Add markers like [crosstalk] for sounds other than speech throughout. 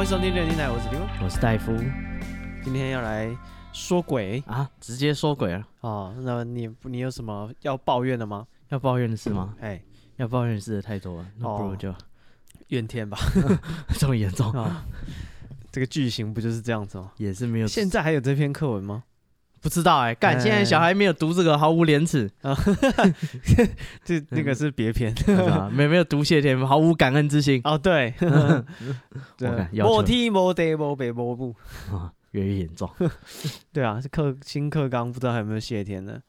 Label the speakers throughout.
Speaker 1: 迎收听热电台，我是刘。
Speaker 2: 我是戴夫
Speaker 1: 今天要来说鬼
Speaker 2: 啊，直接说鬼了，
Speaker 1: 哦，那你你有什么要抱怨的吗？
Speaker 2: 要抱怨的事吗？
Speaker 1: 哎，
Speaker 2: 要抱怨的事太多了，那不
Speaker 1: 哦
Speaker 2: 如就、 [laughs]
Speaker 1: 怨天吧。
Speaker 2: 这么严重，
Speaker 1: 啊，这个剧情不就是这样子吗？
Speaker 2: 也是没有
Speaker 1: 现在还有这篇课文吗？
Speaker 2: 不知道哎、干、
Speaker 1: 哎
Speaker 2: 现在小孩没有读这个，毫无廉耻，嗯
Speaker 1: 这那个是别篇 [laughs]
Speaker 2: 是吧没没有读谢天，毫无感恩之心
Speaker 1: 哦，
Speaker 2: [laughs]
Speaker 1: 对，
Speaker 2: 我看
Speaker 1: 对，
Speaker 2: 要求
Speaker 1: 莫踢莫得莫北莫不，
Speaker 2: 啊，越来越严重。
Speaker 1: 对啊，是课新课纲，不知道还有没有谢天呢？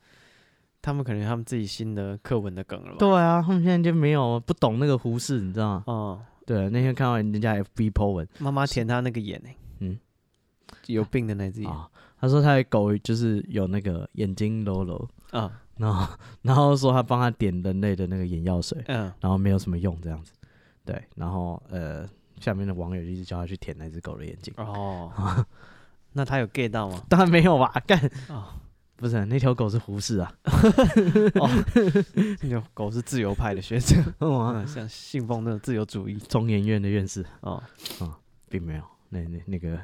Speaker 1: 他们可能有他们自己新的课文的梗了吧？
Speaker 2: 对啊，他们现在就没有不懂那个胡适，你知道吗？
Speaker 1: 哦，
Speaker 2: 对，那天看到人家 FB po 文
Speaker 1: 妈妈舔他那个眼呢、欸
Speaker 2: 嗯
Speaker 1: 有病的那只眼啊、
Speaker 2: 啊，他说他的狗就是有那个眼睛揉揉，
Speaker 1: 嗯
Speaker 2: 然后 [laughs] 然后说他帮他点人类的那个眼药水，
Speaker 1: 嗯，
Speaker 2: 然后没有什么用这样子。对，然后呃，下面的网友就一直叫他去舔那只狗的眼睛，
Speaker 1: 哦， [laughs] 那他有 get 到
Speaker 2: [laughs]
Speaker 1: 吗？
Speaker 2: 当然没有吧？干，
Speaker 1: 哦
Speaker 2: 不是啊那条狗是胡适啊，
Speaker 1: 哦，那条狗是自由派的学者，
Speaker 2: 哇
Speaker 1: 嗯，像信奉那种自由主义
Speaker 2: [laughs] 中研院的院士
Speaker 1: 哦。
Speaker 2: 并没有，那那那个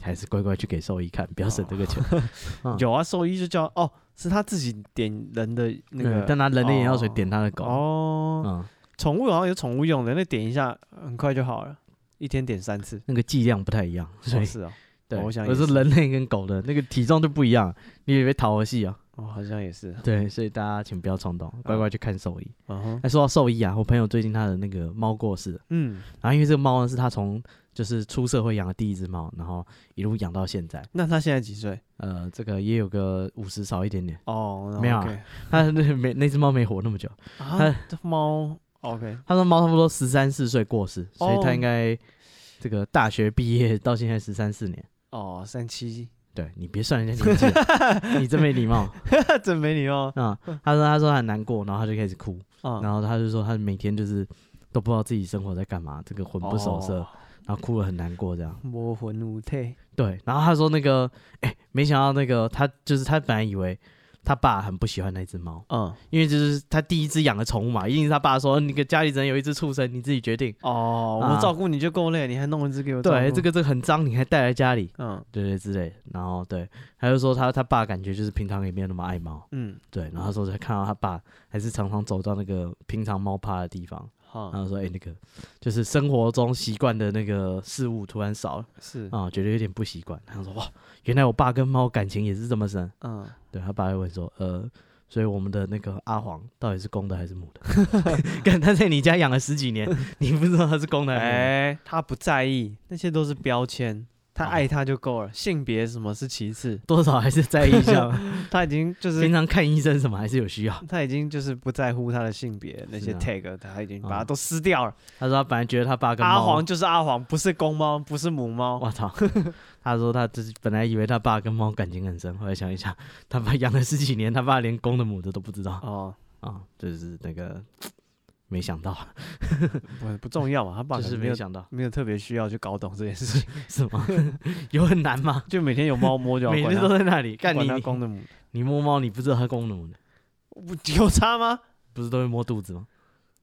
Speaker 2: 还是乖乖去给兽医看，不要省这个钱。嗯
Speaker 1: 有啊，兽医就叫哦，是他自己点人的 [laughs] 那
Speaker 2: 嗯
Speaker 1: 个，
Speaker 2: 但拿人类眼药水
Speaker 1: 哦
Speaker 2: 点他的狗，
Speaker 1: 哦。
Speaker 2: 嗯，
Speaker 1: 宠物好像有宠物用的，那点一下很快就好了，一天点三次。
Speaker 2: 那个剂量不太一样，所
Speaker 1: 哦
Speaker 2: 以
Speaker 1: 是哦，
Speaker 2: 对，
Speaker 1: 我想
Speaker 2: 可
Speaker 1: 也
Speaker 2: 是
Speaker 1: 是
Speaker 2: 人类跟狗的那个体重就不一样，你以为讨儿戏啊？
Speaker 1: 哦，好像也是。
Speaker 2: 对，所以大家请不要冲动，乖乖去看兽医。
Speaker 1: 嗯哼，
Speaker 2: 哎，说到兽医啊，我朋友最近他的那个猫过世了。
Speaker 1: 嗯，
Speaker 2: 然后因为这个猫呢是他从就是出社会养的第一只猫，然后一路养到现在，
Speaker 1: 那他现在几岁？
Speaker 2: 呃，这个也有个五十少一点 [laughs] 点。
Speaker 1: 哦，那
Speaker 2: 没有啊
Speaker 1: OK
Speaker 2: 他那没那只猫没活那么久，
Speaker 1: 啊，这猫 OK
Speaker 2: 他说猫差不多十三四岁过世，所以
Speaker 1: 哦
Speaker 2: 他应该这个大学毕业到现在十三四年。
Speaker 1: 哦，三七，
Speaker 2: 对你别算人家年纪
Speaker 1: [laughs]
Speaker 2: 了，你真没礼貌 [laughs]
Speaker 1: 真没礼貌
Speaker 2: 啊、他说他说他很难过，然后他就开始哭，
Speaker 1: 啊，
Speaker 2: 然后他就说他每天就是都不知道自己生活在干嘛，这个魂不守舍，
Speaker 1: 哦
Speaker 2: 然后哭得很难过这样。
Speaker 1: 无魂无体。
Speaker 2: 对，然后他说那个，哎、没想到那个他就是他本来以为他爸很不喜欢那只猫，
Speaker 1: 嗯，
Speaker 2: 因为就是他第一只养的宠物嘛，一定是他爸说那个家里只能有一只畜生，你自己决定。
Speaker 1: 哦，
Speaker 2: 啊
Speaker 1: 我照顾你就够累，你还弄一只给我照顾。
Speaker 2: 对，这个这个很脏，你还带来家里，
Speaker 1: 嗯
Speaker 2: 对对之类的。然后对，他就说他他爸感觉就是平常也没有那么爱猫，
Speaker 1: 嗯，
Speaker 2: 对。然后他说他看到他爸还是常常走到那个平常猫趴的地方，
Speaker 1: 好、
Speaker 2: 然后说哎、那个就是生活中习惯的那个事物突然少了
Speaker 1: 是，
Speaker 2: 啊、觉得有点不习惯。他说哇，原来我爸跟猫感情也是这么深。
Speaker 1: 嗯，
Speaker 2: 对他爸会问说，呃，所以我们的那个阿黄到底是公的还是母
Speaker 1: [laughs]
Speaker 2: 的？看他在你家养了十几年，你不知道他是公的还是母的？
Speaker 1: 哎、他不在意，那些都是标签，
Speaker 2: 嗯
Speaker 1: 他爱他就够了，性别什么是其次，
Speaker 2: 多少还是在意一下嘛，
Speaker 1: [laughs] 他已经就是
Speaker 2: 平常看医生什么还是有需要。
Speaker 1: 他已经就是不在乎他的性别那些
Speaker 2: 是啊
Speaker 1: tag，他已经把它
Speaker 2: 啊
Speaker 1: 都撕掉了。
Speaker 2: 他说他本来觉得他爸跟
Speaker 1: 阿
Speaker 2: 猫嗯
Speaker 1: 黄，就是阿黄，不是公猫，不是母猫。
Speaker 2: 我
Speaker 1: [laughs]
Speaker 2: 操！他说他就是本来以为他爸跟猫感情很深，后来想一想，他爸养了十几年，他爸连公的母的都不知道
Speaker 1: 哦，
Speaker 2: 啊，就是那个没想到，啊
Speaker 1: 不不重要嘛，他爸
Speaker 2: 就
Speaker 1: 可
Speaker 2: 是
Speaker 1: 能没
Speaker 2: 没
Speaker 1: 有
Speaker 2: 想到
Speaker 1: 没有特别需要去搞懂这件事情，
Speaker 2: 什么 [laughs] 有很难吗？
Speaker 1: 就每天有猫摸就要
Speaker 2: [laughs] 每
Speaker 1: 啊管
Speaker 2: 天
Speaker 1: 它
Speaker 2: 都在那里干
Speaker 1: 管
Speaker 2: 你
Speaker 1: 它，公的母的，
Speaker 2: 你摸猫你不知道它公的母的。
Speaker 1: 不 [laughs] 有差吗？
Speaker 2: 不是都会摸肚子吗？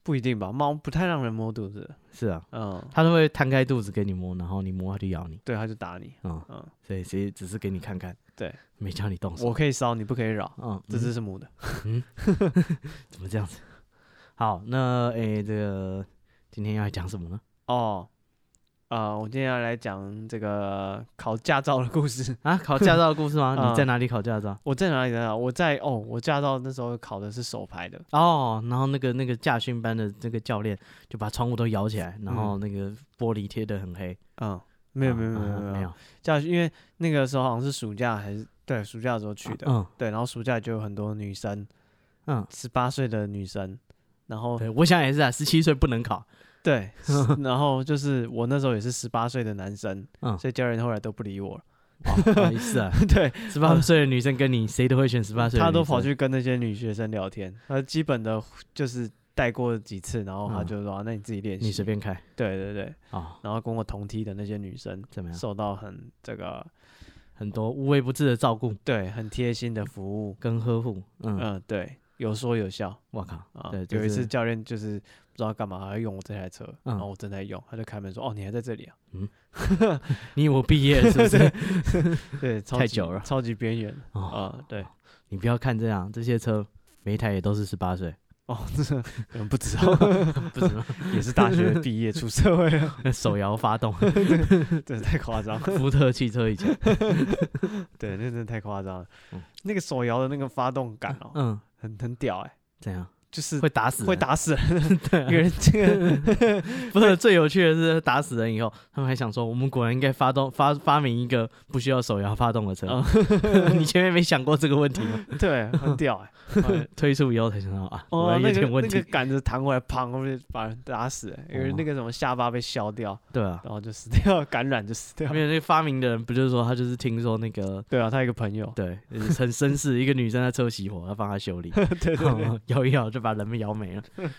Speaker 1: 不一定吧，猫不太让人摸肚子，
Speaker 2: 是啊，
Speaker 1: 嗯，
Speaker 2: 它都会摊开肚子给你摸，然后你摸它就咬你
Speaker 1: 对，它就打你，
Speaker 2: 啊、嗯
Speaker 1: 嗯，
Speaker 2: 所以其实只是给你看看，
Speaker 1: 对，
Speaker 2: 没叫你动手。
Speaker 1: 我可以烧，你不可以扰，
Speaker 2: 嗯，
Speaker 1: 这
Speaker 2: 嗯
Speaker 1: 只是母的，
Speaker 2: 怎么这样子？好，那诶、这个今天要来讲什么呢？
Speaker 1: 哦，啊、我今天要来讲这个考驾照的故事。 [laughs]
Speaker 2: 啊，考驾照的故事吗？
Speaker 1: 嗯
Speaker 2: 你在哪里考驾照？
Speaker 1: 我在哪里呢？我在哦，我驾照那时候考的是手牌的，
Speaker 2: 哦，然后那个那个驾训班的那个教练就把窗户都摇起来，然后
Speaker 1: 嗯
Speaker 2: 那个玻璃贴的很黑。
Speaker 1: 嗯，没有没有没有
Speaker 2: 啊
Speaker 1: 没有
Speaker 2: 啊
Speaker 1: 没
Speaker 2: 没
Speaker 1: 有，驾因为那个时候好像是暑假还是对暑假的时候去的，
Speaker 2: 嗯
Speaker 1: 对，然后暑假就有很多女生，
Speaker 2: 嗯，
Speaker 1: 十八岁的女生，然后
Speaker 2: 对，我想也是啊，十七岁不能考。 [laughs]
Speaker 1: 对，是然后就是我那时候也是十八岁的男生，
Speaker 2: 嗯，
Speaker 1: 所以家人后来都不理我了，
Speaker 2: 哦、是啊，
Speaker 1: [laughs] 对，
Speaker 2: 十八岁的女生跟你谁都会选十八岁的
Speaker 1: 他都
Speaker 2: 女生
Speaker 1: 跑去跟那些女学生聊天，他基本的就是带过几次，然后他
Speaker 2: 嗯
Speaker 1: 就说、啊那你自己练习，
Speaker 2: 你随便开
Speaker 1: 对对对，
Speaker 2: 哦，
Speaker 1: 然后跟我同梯的那些女生
Speaker 2: 怎么样？
Speaker 1: 受到很这个
Speaker 2: 很多无微不至的照顾
Speaker 1: 对很贴心的服务，
Speaker 2: 跟呵护，嗯，
Speaker 1: 嗯对，有说有笑
Speaker 2: 我靠
Speaker 1: 啊。
Speaker 2: 对，就
Speaker 1: 有一次
Speaker 2: 是
Speaker 1: 教练就是不知道干嘛，还要用我这台车，
Speaker 2: 嗯
Speaker 1: 然后我正在用，他就开门说：“哦，你还在这里啊
Speaker 2: 你以为我毕业了是
Speaker 1: [laughs]
Speaker 2: 不是？？”
Speaker 1: 对，超
Speaker 2: [laughs] 太
Speaker 1: 级
Speaker 2: 久了
Speaker 1: 超级边缘
Speaker 2: 哦，
Speaker 1: 啊。
Speaker 2: [laughs]
Speaker 1: 对，
Speaker 2: 你不要看这样，这些车每一台也都是十八岁，
Speaker 1: 哦，这是可能不知道，
Speaker 2: 不是 [laughs] 吗
Speaker 1: 也是大学毕业出社会
Speaker 2: [laughs]
Speaker 1: 了，
Speaker 2: 手摇发动，
Speaker 1: 真的太夸张。了。
Speaker 2: 福特汽车
Speaker 1: [laughs]
Speaker 2: 以前，
Speaker 1: 对，那真的太夸张了
Speaker 2: 嗯。
Speaker 1: 那个手摇的那个发动感哦，
Speaker 2: 嗯，
Speaker 1: 很很屌哎，
Speaker 2: 怎样
Speaker 1: 就是
Speaker 2: 会打死啊人？
Speaker 1: 会打死
Speaker 2: [laughs]
Speaker 1: 人，一个人这个
Speaker 2: 不是最有趣的是打死人以后，他们还想说，我们果然应该发动发发明一个不需要手摇发动的车。 [laughs] 你前面没想过这个问题吗？
Speaker 1: 对，很屌哎。
Speaker 2: [laughs] 推出以后才想到啊，我
Speaker 1: 哦，
Speaker 2: 有
Speaker 1: 那个
Speaker 2: 点问题，
Speaker 1: 那个杆子弹回来，砰，后面把人打死、欸，因为
Speaker 2: 哦
Speaker 1: 那个什么下巴被削掉，
Speaker 2: 对啊，
Speaker 1: 然后就死掉，
Speaker 2: [laughs]
Speaker 1: 感染就死掉
Speaker 2: 没。有那个发明的人不就是说他就是听说那个
Speaker 1: 对啊，他一个朋友，
Speaker 2: [laughs] 对，就是很绅士，一个女生在车熄火，要帮她修理，
Speaker 1: 对对对。
Speaker 2: 哦 [laughs] 摇一摇就把人被摇没了。 [laughs]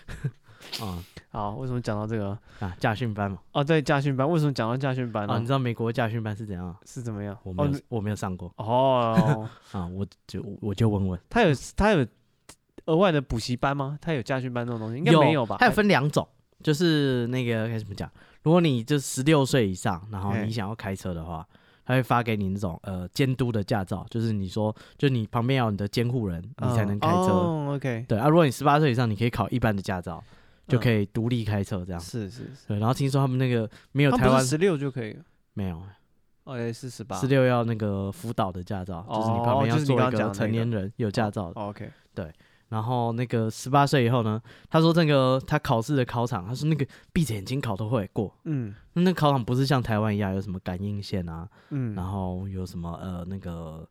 Speaker 2: 啊
Speaker 1: 好，为什么讲到这个？
Speaker 2: 啊，驾训班嘛，
Speaker 1: 哦，对，驾训班，为什么讲到驾训班呢？
Speaker 2: 啊，你知道美国驾训班是怎样啊？
Speaker 1: 是怎么样？
Speaker 2: 我没有
Speaker 1: 哦你，
Speaker 2: 我没有上过
Speaker 1: 哦，
Speaker 2: 啊，我就我就问问，
Speaker 1: 他有他有额外的补习班吗？他有驾训班这种东西？应该没有吧？
Speaker 2: 它有分两种，就是那个该怎么讲？如果你就十六岁以上，然后
Speaker 1: 嘿
Speaker 2: 你想要开车的话，他会发给你那种呃监督的驾照，就是你说，就你旁边要有你的监护人，你才能开车。
Speaker 1: 哦，OK，
Speaker 2: 对啊，如果你十八岁以上，你可以考一般的驾照，就可
Speaker 1: 以。
Speaker 2: 以独立开车这样。
Speaker 1: 嗯是是是，
Speaker 2: 对，然后听说他们那个没有
Speaker 1: 他
Speaker 2: 台
Speaker 1: 不
Speaker 2: 湾
Speaker 1: 是十六就可以了，
Speaker 2: 没有
Speaker 1: 哦，也是十八，
Speaker 2: 十六要那个辅导的驾照，就是你旁
Speaker 1: 哦
Speaker 2: 边
Speaker 1: 就
Speaker 2: 要
Speaker 1: 是你
Speaker 2: 做
Speaker 1: 刚
Speaker 2: 一
Speaker 1: 刚讲的那
Speaker 2: 个成
Speaker 1: 个
Speaker 2: 年人有驾照的。
Speaker 1: 哦，OK，
Speaker 2: 然后那个十八岁以后呢，他说那个他考试的考场，他说那个闭着眼睛考都会过。
Speaker 1: 嗯
Speaker 2: 那那考场不是像台湾一样有什么感应线啊，
Speaker 1: 嗯，
Speaker 2: 然后有什么呃那个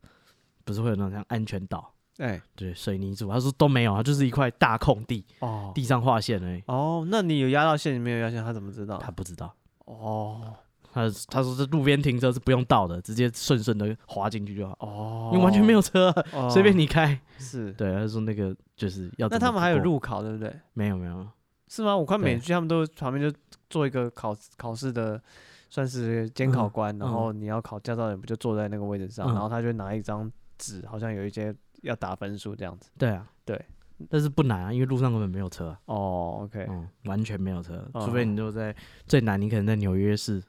Speaker 2: 不是会有那种像安全岛，
Speaker 1: 哎，
Speaker 2: 对，水泥柱，他说都没有，它啊就是一块大空地，
Speaker 1: 哦
Speaker 2: 地上画线而已。
Speaker 1: 哦，那你有压到线，你没有压线，他怎么知道？
Speaker 2: 他不知道，
Speaker 1: 哦
Speaker 2: 他他说这路边停车是不用倒的，直接顺顺的滑进去就好，
Speaker 1: 哦，
Speaker 2: 你完全没有车啊，
Speaker 1: 哦，
Speaker 2: 随便你开。
Speaker 1: 是。
Speaker 2: 对，他说那个就是要
Speaker 1: 那
Speaker 2: 怎么
Speaker 1: 他们还有
Speaker 2: 过
Speaker 1: 路考对不对？
Speaker 2: 没有没有，
Speaker 1: 是吗？我看美
Speaker 2: 对
Speaker 1: 剧他们都旁边就做一个考考试的，算是监考
Speaker 2: 嗯
Speaker 1: 官，然
Speaker 2: 嗯
Speaker 1: 后你要考驾照的人不就坐在那个位置上，
Speaker 2: 嗯
Speaker 1: 然后他就拿一张纸，好像有一些要打分数这样子。
Speaker 2: 对啊
Speaker 1: 对，
Speaker 2: 但是不难啊，因为路上根本没有车啊。
Speaker 1: 哦，OK，
Speaker 2: 嗯，完全没有车，
Speaker 1: 嗯
Speaker 2: 除非你就在最难，你可能在纽约市，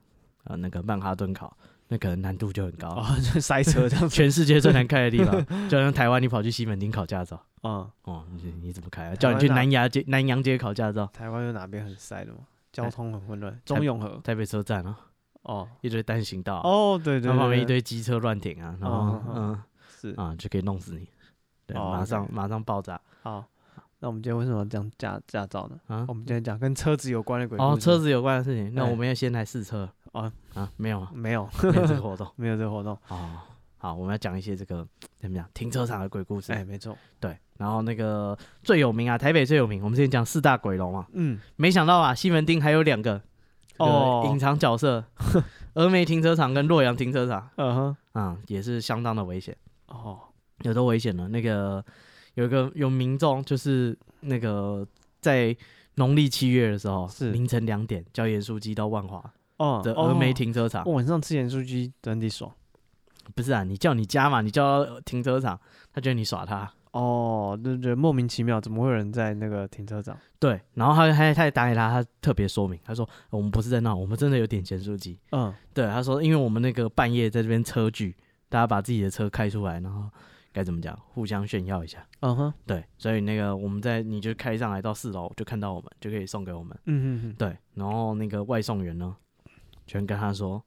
Speaker 2: 呃，那个曼哈顿考，那可能难度就很高，
Speaker 1: 哦， [laughs] 就塞车这样子。
Speaker 2: 全世界最难开的
Speaker 1: [laughs]
Speaker 2: 地方，就像台湾，你跑去西门町考驾照，
Speaker 1: 嗯，
Speaker 2: 哦，你你怎么开啊？
Speaker 1: 台
Speaker 2: 叫
Speaker 1: 湾
Speaker 2: 你去
Speaker 1: 哪
Speaker 2: 南洋街南洋街考驾照，
Speaker 1: 台湾有哪边很塞的吗？交
Speaker 2: 台
Speaker 1: 通很混乱，中永和。
Speaker 2: 台北车站啊，
Speaker 1: 哦
Speaker 2: 一堆单行道啊，
Speaker 1: 哦，对对
Speaker 2: 然后旁边一
Speaker 1: 对，对
Speaker 2: 堆机车乱停啊，
Speaker 1: 哦
Speaker 2: 然后
Speaker 1: 哦
Speaker 2: 嗯
Speaker 1: 是
Speaker 2: 啊就可以弄死你，对，
Speaker 1: 哦
Speaker 2: 马上
Speaker 1: OK
Speaker 2: 马上爆炸
Speaker 1: 好。那我们今天为什么要讲驾驾照呢？
Speaker 2: 啊
Speaker 1: 我！们今天讲跟车子有关的鬼
Speaker 2: 哦，
Speaker 1: 故事
Speaker 2: 车子有关的事情，那
Speaker 1: 哎
Speaker 2: 我们要先来试车
Speaker 1: 哦
Speaker 2: 啊，没有啊，
Speaker 1: 没有
Speaker 2: 没有这个活动。
Speaker 1: 没有这个活动。
Speaker 2: 哦，好，我们要讲一些这个怎么讲停车场的鬼故事。
Speaker 1: 哎，没错，
Speaker 2: 对，然后那个最有名啊，台北最有名，我们之前讲四大鬼楼嘛，
Speaker 1: 嗯，
Speaker 2: 没想到啊，西门町还有两个
Speaker 1: 哦
Speaker 2: 哦隐藏角色， [laughs] 峨眉停车场跟洛阳停车场
Speaker 1: 嗯哼，
Speaker 2: 啊、也是相当的危险，
Speaker 1: 哦，
Speaker 2: 有多危险呢？那个有一个有民众就是那个在。农历七月的时候，
Speaker 1: 是
Speaker 2: 凌晨两点，叫盐酥鸡到万华
Speaker 1: 哦，
Speaker 2: 的
Speaker 1: 哦
Speaker 2: 峨眉停车场。
Speaker 1: 我晚上吃盐酥鸡真的爽
Speaker 2: 不是啊，你叫你家嘛，你叫到停车场，他觉得你耍他，
Speaker 1: 哦，对对，莫名其妙，怎么会有人在那个停车场？
Speaker 2: 对，然后他他他也打给他，他特别说明，他说呃我们不是在闹，我们真的有点咸酥鸡。
Speaker 1: 嗯，
Speaker 2: 对，他说因为我们那个半夜在这边车聚，大家把自己的车开出来，然后该怎么讲，互相炫耀一下。
Speaker 1: 嗯哼，
Speaker 2: 对，所以那个我们在你就开上来到四楼就看到我们，就可以送给我们。
Speaker 1: 嗯嗯
Speaker 2: 对，然后那个外送员呢，全跟他说，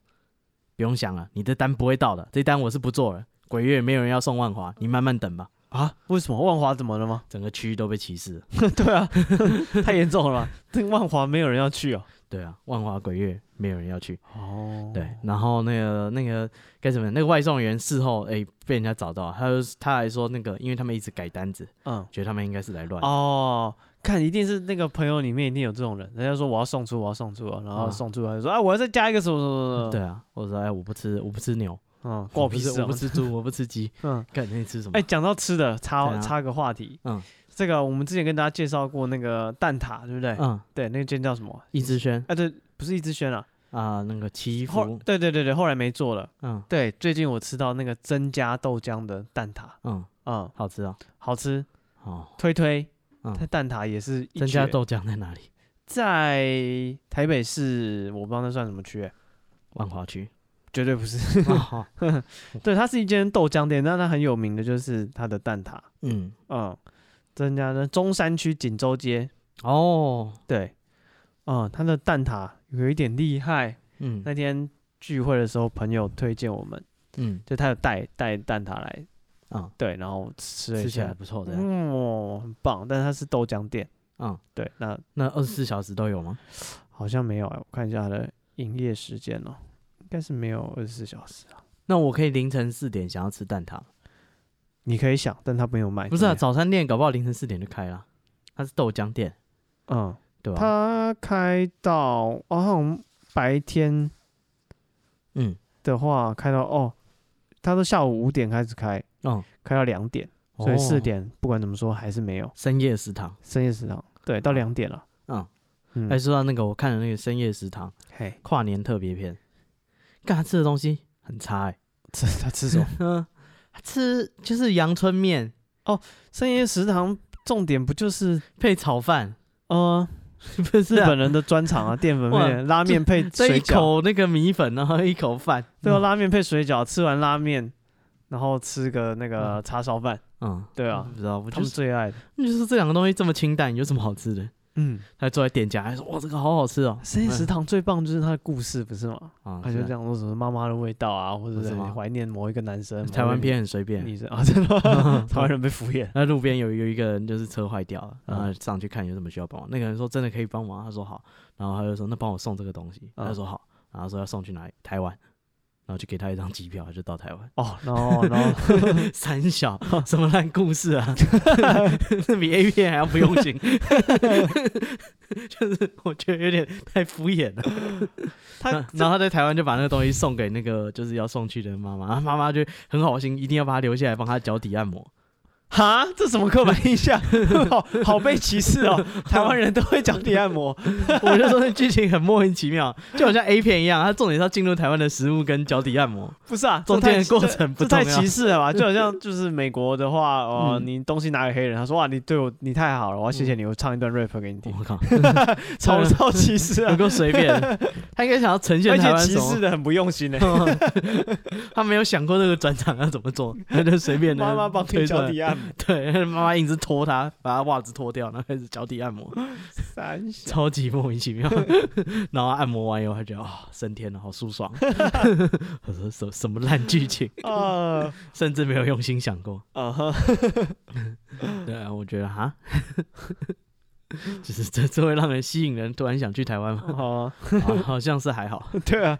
Speaker 2: 不用想了，你的单不会到的，这单我是不做了。鬼月没有人要送万华，你慢慢等吧。
Speaker 1: 哼，啊，为什么万华怎么了
Speaker 2: [laughs]
Speaker 1: 吗？
Speaker 2: 整个区域都被歧视了。
Speaker 1: 对啊， [laughs] 太严重了吧？ [laughs] 这万华没有人要去哦。
Speaker 2: 对啊，万华鬼月没有人要去。
Speaker 1: 哦，
Speaker 2: 对，然后那个那个该怎么样？那个外送员事后哎、被人家找到，他就他还说那个，因为他们一直改单子，
Speaker 1: 嗯，
Speaker 2: 觉得他们应该是来乱的。
Speaker 1: 哦，看一定是那个朋友里面一定有这种人，人家说我要送出，我要送出啊，然后
Speaker 2: 啊
Speaker 1: 送出来就说啊，我要再加一个什么什么什么，
Speaker 2: 对，啊，我说哎，我不吃，我不吃牛，
Speaker 1: 嗯，关我屁
Speaker 2: 不是
Speaker 1: 事
Speaker 2: [laughs] 我
Speaker 1: 啊
Speaker 2: 不，吃猪，我不吃鸡，
Speaker 1: 嗯，
Speaker 2: 干那你吃什么？
Speaker 1: 哎，讲到吃的，
Speaker 2: 对
Speaker 1: 插
Speaker 2: 啊
Speaker 1: 插个话题，
Speaker 2: 嗯，
Speaker 1: 这个我们之前跟大家介绍过那个蛋挞，对不对？
Speaker 2: 嗯，
Speaker 1: 对，那间叫什么？
Speaker 2: 易之轩
Speaker 1: 啊，对，不是一之轩啊，
Speaker 2: 啊、那个祈
Speaker 1: 后
Speaker 2: 福，
Speaker 1: 对对对对，后来没做了。
Speaker 2: 嗯
Speaker 1: 对，最近我吃到那个增加豆浆的蛋挞，
Speaker 2: 嗯，
Speaker 1: 嗯，
Speaker 2: 好吃啊、
Speaker 1: 好吃，
Speaker 2: 哦，
Speaker 1: 推推，
Speaker 2: 嗯
Speaker 1: 它蛋挞也是一
Speaker 2: 增加
Speaker 1: 绝
Speaker 2: 豆浆在哪里？
Speaker 1: 在台北市，我不知道那算什么区、欸，
Speaker 2: 万华 [laughs] 区。
Speaker 1: 绝对不是。
Speaker 2: 哦
Speaker 1: 对，它是一间豆浆店，但它很有名的就是它的蛋挞，
Speaker 2: 嗯，
Speaker 1: 嗯，增加的中山区锦州街，
Speaker 2: 哦，
Speaker 1: 对，嗯，它的蛋挞有一点厉害。
Speaker 2: 嗯
Speaker 1: 那天聚会的时候，朋友推荐我们，
Speaker 2: 嗯
Speaker 1: 就他有带带蛋挞来，
Speaker 2: 啊，
Speaker 1: 对，然后吃了一
Speaker 2: 吃起来
Speaker 1: 下，
Speaker 2: 不错的。
Speaker 1: 嗯，很棒，但是它是豆浆店，
Speaker 2: 嗯，
Speaker 1: 对，那
Speaker 2: 那二十四小时都有吗？
Speaker 1: 好像没有、欸，我看一下它的营业时间哦、应该是没有二十四小时啊。
Speaker 2: 那我可以凌晨四点想要吃蛋挞吗，
Speaker 1: 你可以想，但他没有卖。
Speaker 2: 不是啊？
Speaker 1: 对对
Speaker 2: 早餐店搞不好凌晨四点就开了，它是豆浆店，
Speaker 1: 嗯，
Speaker 2: 对吧？
Speaker 1: 他开到哦，好像白天
Speaker 2: 嗯
Speaker 1: 的话开到哦，他都下午五点开始开，
Speaker 2: 哦，
Speaker 1: 开到两点，所以四
Speaker 2: 哦
Speaker 1: 点、不管怎么说还是没有
Speaker 2: 深夜食堂。
Speaker 1: 深夜食堂。对，到两点了。
Speaker 2: 嗯，
Speaker 1: 嗯，
Speaker 2: 哎，说到那个，我看了那个深夜食堂
Speaker 1: 嘿，
Speaker 2: 跨年特别篇，干他吃的东西很差 [laughs] 哎、
Speaker 1: 吃他吃什么？
Speaker 2: 嗯，他吃就是阳春面
Speaker 1: [laughs] 深夜食堂重点不就是
Speaker 2: 配炒饭， [laughs]
Speaker 1: 呃
Speaker 2: 不是
Speaker 1: 日
Speaker 2: 啊？
Speaker 1: 本人的专长
Speaker 2: [laughs]
Speaker 1: 啊，淀粉
Speaker 2: 哇
Speaker 1: 面拉面配
Speaker 2: 这
Speaker 1: 水
Speaker 2: 一
Speaker 1: 饺，
Speaker 2: 口嗯那个米粉，然后一口饭，
Speaker 1: 对啊，拉面配水饺，吃完拉面，然后吃个那个叉烧饭，
Speaker 2: 嗯，
Speaker 1: 对啊
Speaker 2: 不知道，我
Speaker 1: 他
Speaker 2: 就
Speaker 1: 们
Speaker 2: 是
Speaker 1: 最爱的。
Speaker 2: 就是这两个东西这么清淡，有什么好吃的？
Speaker 1: 嗯，
Speaker 2: 他坐在店家，还说哇，这个好好吃哦，
Speaker 1: 深夜食堂最棒就是它的故事，不是吗？
Speaker 2: 啊，
Speaker 1: 他就是
Speaker 2: 啊哦
Speaker 1: 这样说什么妈妈的味道啊，或者
Speaker 2: 是
Speaker 1: 是
Speaker 2: 吗
Speaker 1: 怀念某一个男生。
Speaker 2: 台湾片很
Speaker 1: 某
Speaker 2: 随
Speaker 1: 一个
Speaker 2: 便。
Speaker 1: 女生啊，真的
Speaker 2: [laughs]
Speaker 1: 吗台湾人被敷衍。
Speaker 2: 那路边有有一个人就是车坏掉了，然
Speaker 1: 嗯
Speaker 2: 后上去看有什么需要帮忙。那个人说真的可以帮忙，他说好，然后他就说那帮我送这个东西，
Speaker 1: 嗯
Speaker 2: 他就说好，然后说要送去哪里？台湾，然后就给他一张机票，他就到台湾。 [laughs]
Speaker 1: 哦，然后然后
Speaker 2: 三小
Speaker 1: 嗯
Speaker 2: [laughs] 什么烂故事啊？ [laughs] 这比 A 片还要不用 [laughs] 心，就是我觉得有点太敷衍了。
Speaker 1: [laughs] 他
Speaker 2: 然后然后他在台湾就把那个东西送给那个就是要送去的妈妈，然后妈妈就很好心，一定要把他留下来帮他脚底按摩。
Speaker 1: [laughs] 哈，这什么刻板印
Speaker 2: [laughs]
Speaker 1: 象？好好被歧视哦！台湾人都会脚底按摩，
Speaker 2: [laughs] 我就说那剧情很莫名其妙，就好像 A 片一样，他重点是要进入台湾的食物跟脚底按摩。
Speaker 1: 不是啊？
Speaker 2: 中
Speaker 1: 这太
Speaker 2: 间的过程不
Speaker 1: 这这太
Speaker 2: 重要
Speaker 1: 歧视了吧？就好
Speaker 2: [laughs]
Speaker 1: 像就是美国的话，哦，
Speaker 2: 嗯
Speaker 1: 你东西拿给黑人，他说哇，你对我你太好了，我要谢谢你，我唱一段 rap 给你听，
Speaker 2: 我靠，
Speaker 1: 超超歧视
Speaker 2: 能
Speaker 1: 啊！
Speaker 2: 够
Speaker 1: [laughs]
Speaker 2: 随便，他应该想要呈现
Speaker 1: 而
Speaker 2: 台
Speaker 1: 且
Speaker 2: 湾
Speaker 1: 歧
Speaker 2: 什
Speaker 1: 视
Speaker 2: 么？
Speaker 1: 的很不用心欸呢。
Speaker 2: [laughs] 他没有想过这个转场要怎么
Speaker 1: [laughs]
Speaker 2: 做，他就随便的
Speaker 1: 妈妈帮你
Speaker 2: 推
Speaker 1: 脚
Speaker 2: 断
Speaker 1: 底按摩，
Speaker 2: 对，妈妈硬是拖他，把他袜子脱掉，然后开始脚底按
Speaker 1: [laughs]
Speaker 2: 摩，
Speaker 1: 三
Speaker 2: [laughs]
Speaker 1: 小
Speaker 2: 超级莫名其妙。然后按摩完以后，他觉得啊、升天了，好舒
Speaker 1: [laughs]
Speaker 2: 爽。 [laughs] 我说什什么烂剧情，
Speaker 1: 啊
Speaker 2: 甚至没有用心想过。
Speaker 1: 啊哈！
Speaker 2: [laughs] 对啊，我觉得哈，就是这这会让人吸引人突然想去台湾吗？
Speaker 1: 好啊。
Speaker 2: [laughs] 好好像是还好。 [laughs]
Speaker 1: [laughs] 对啊，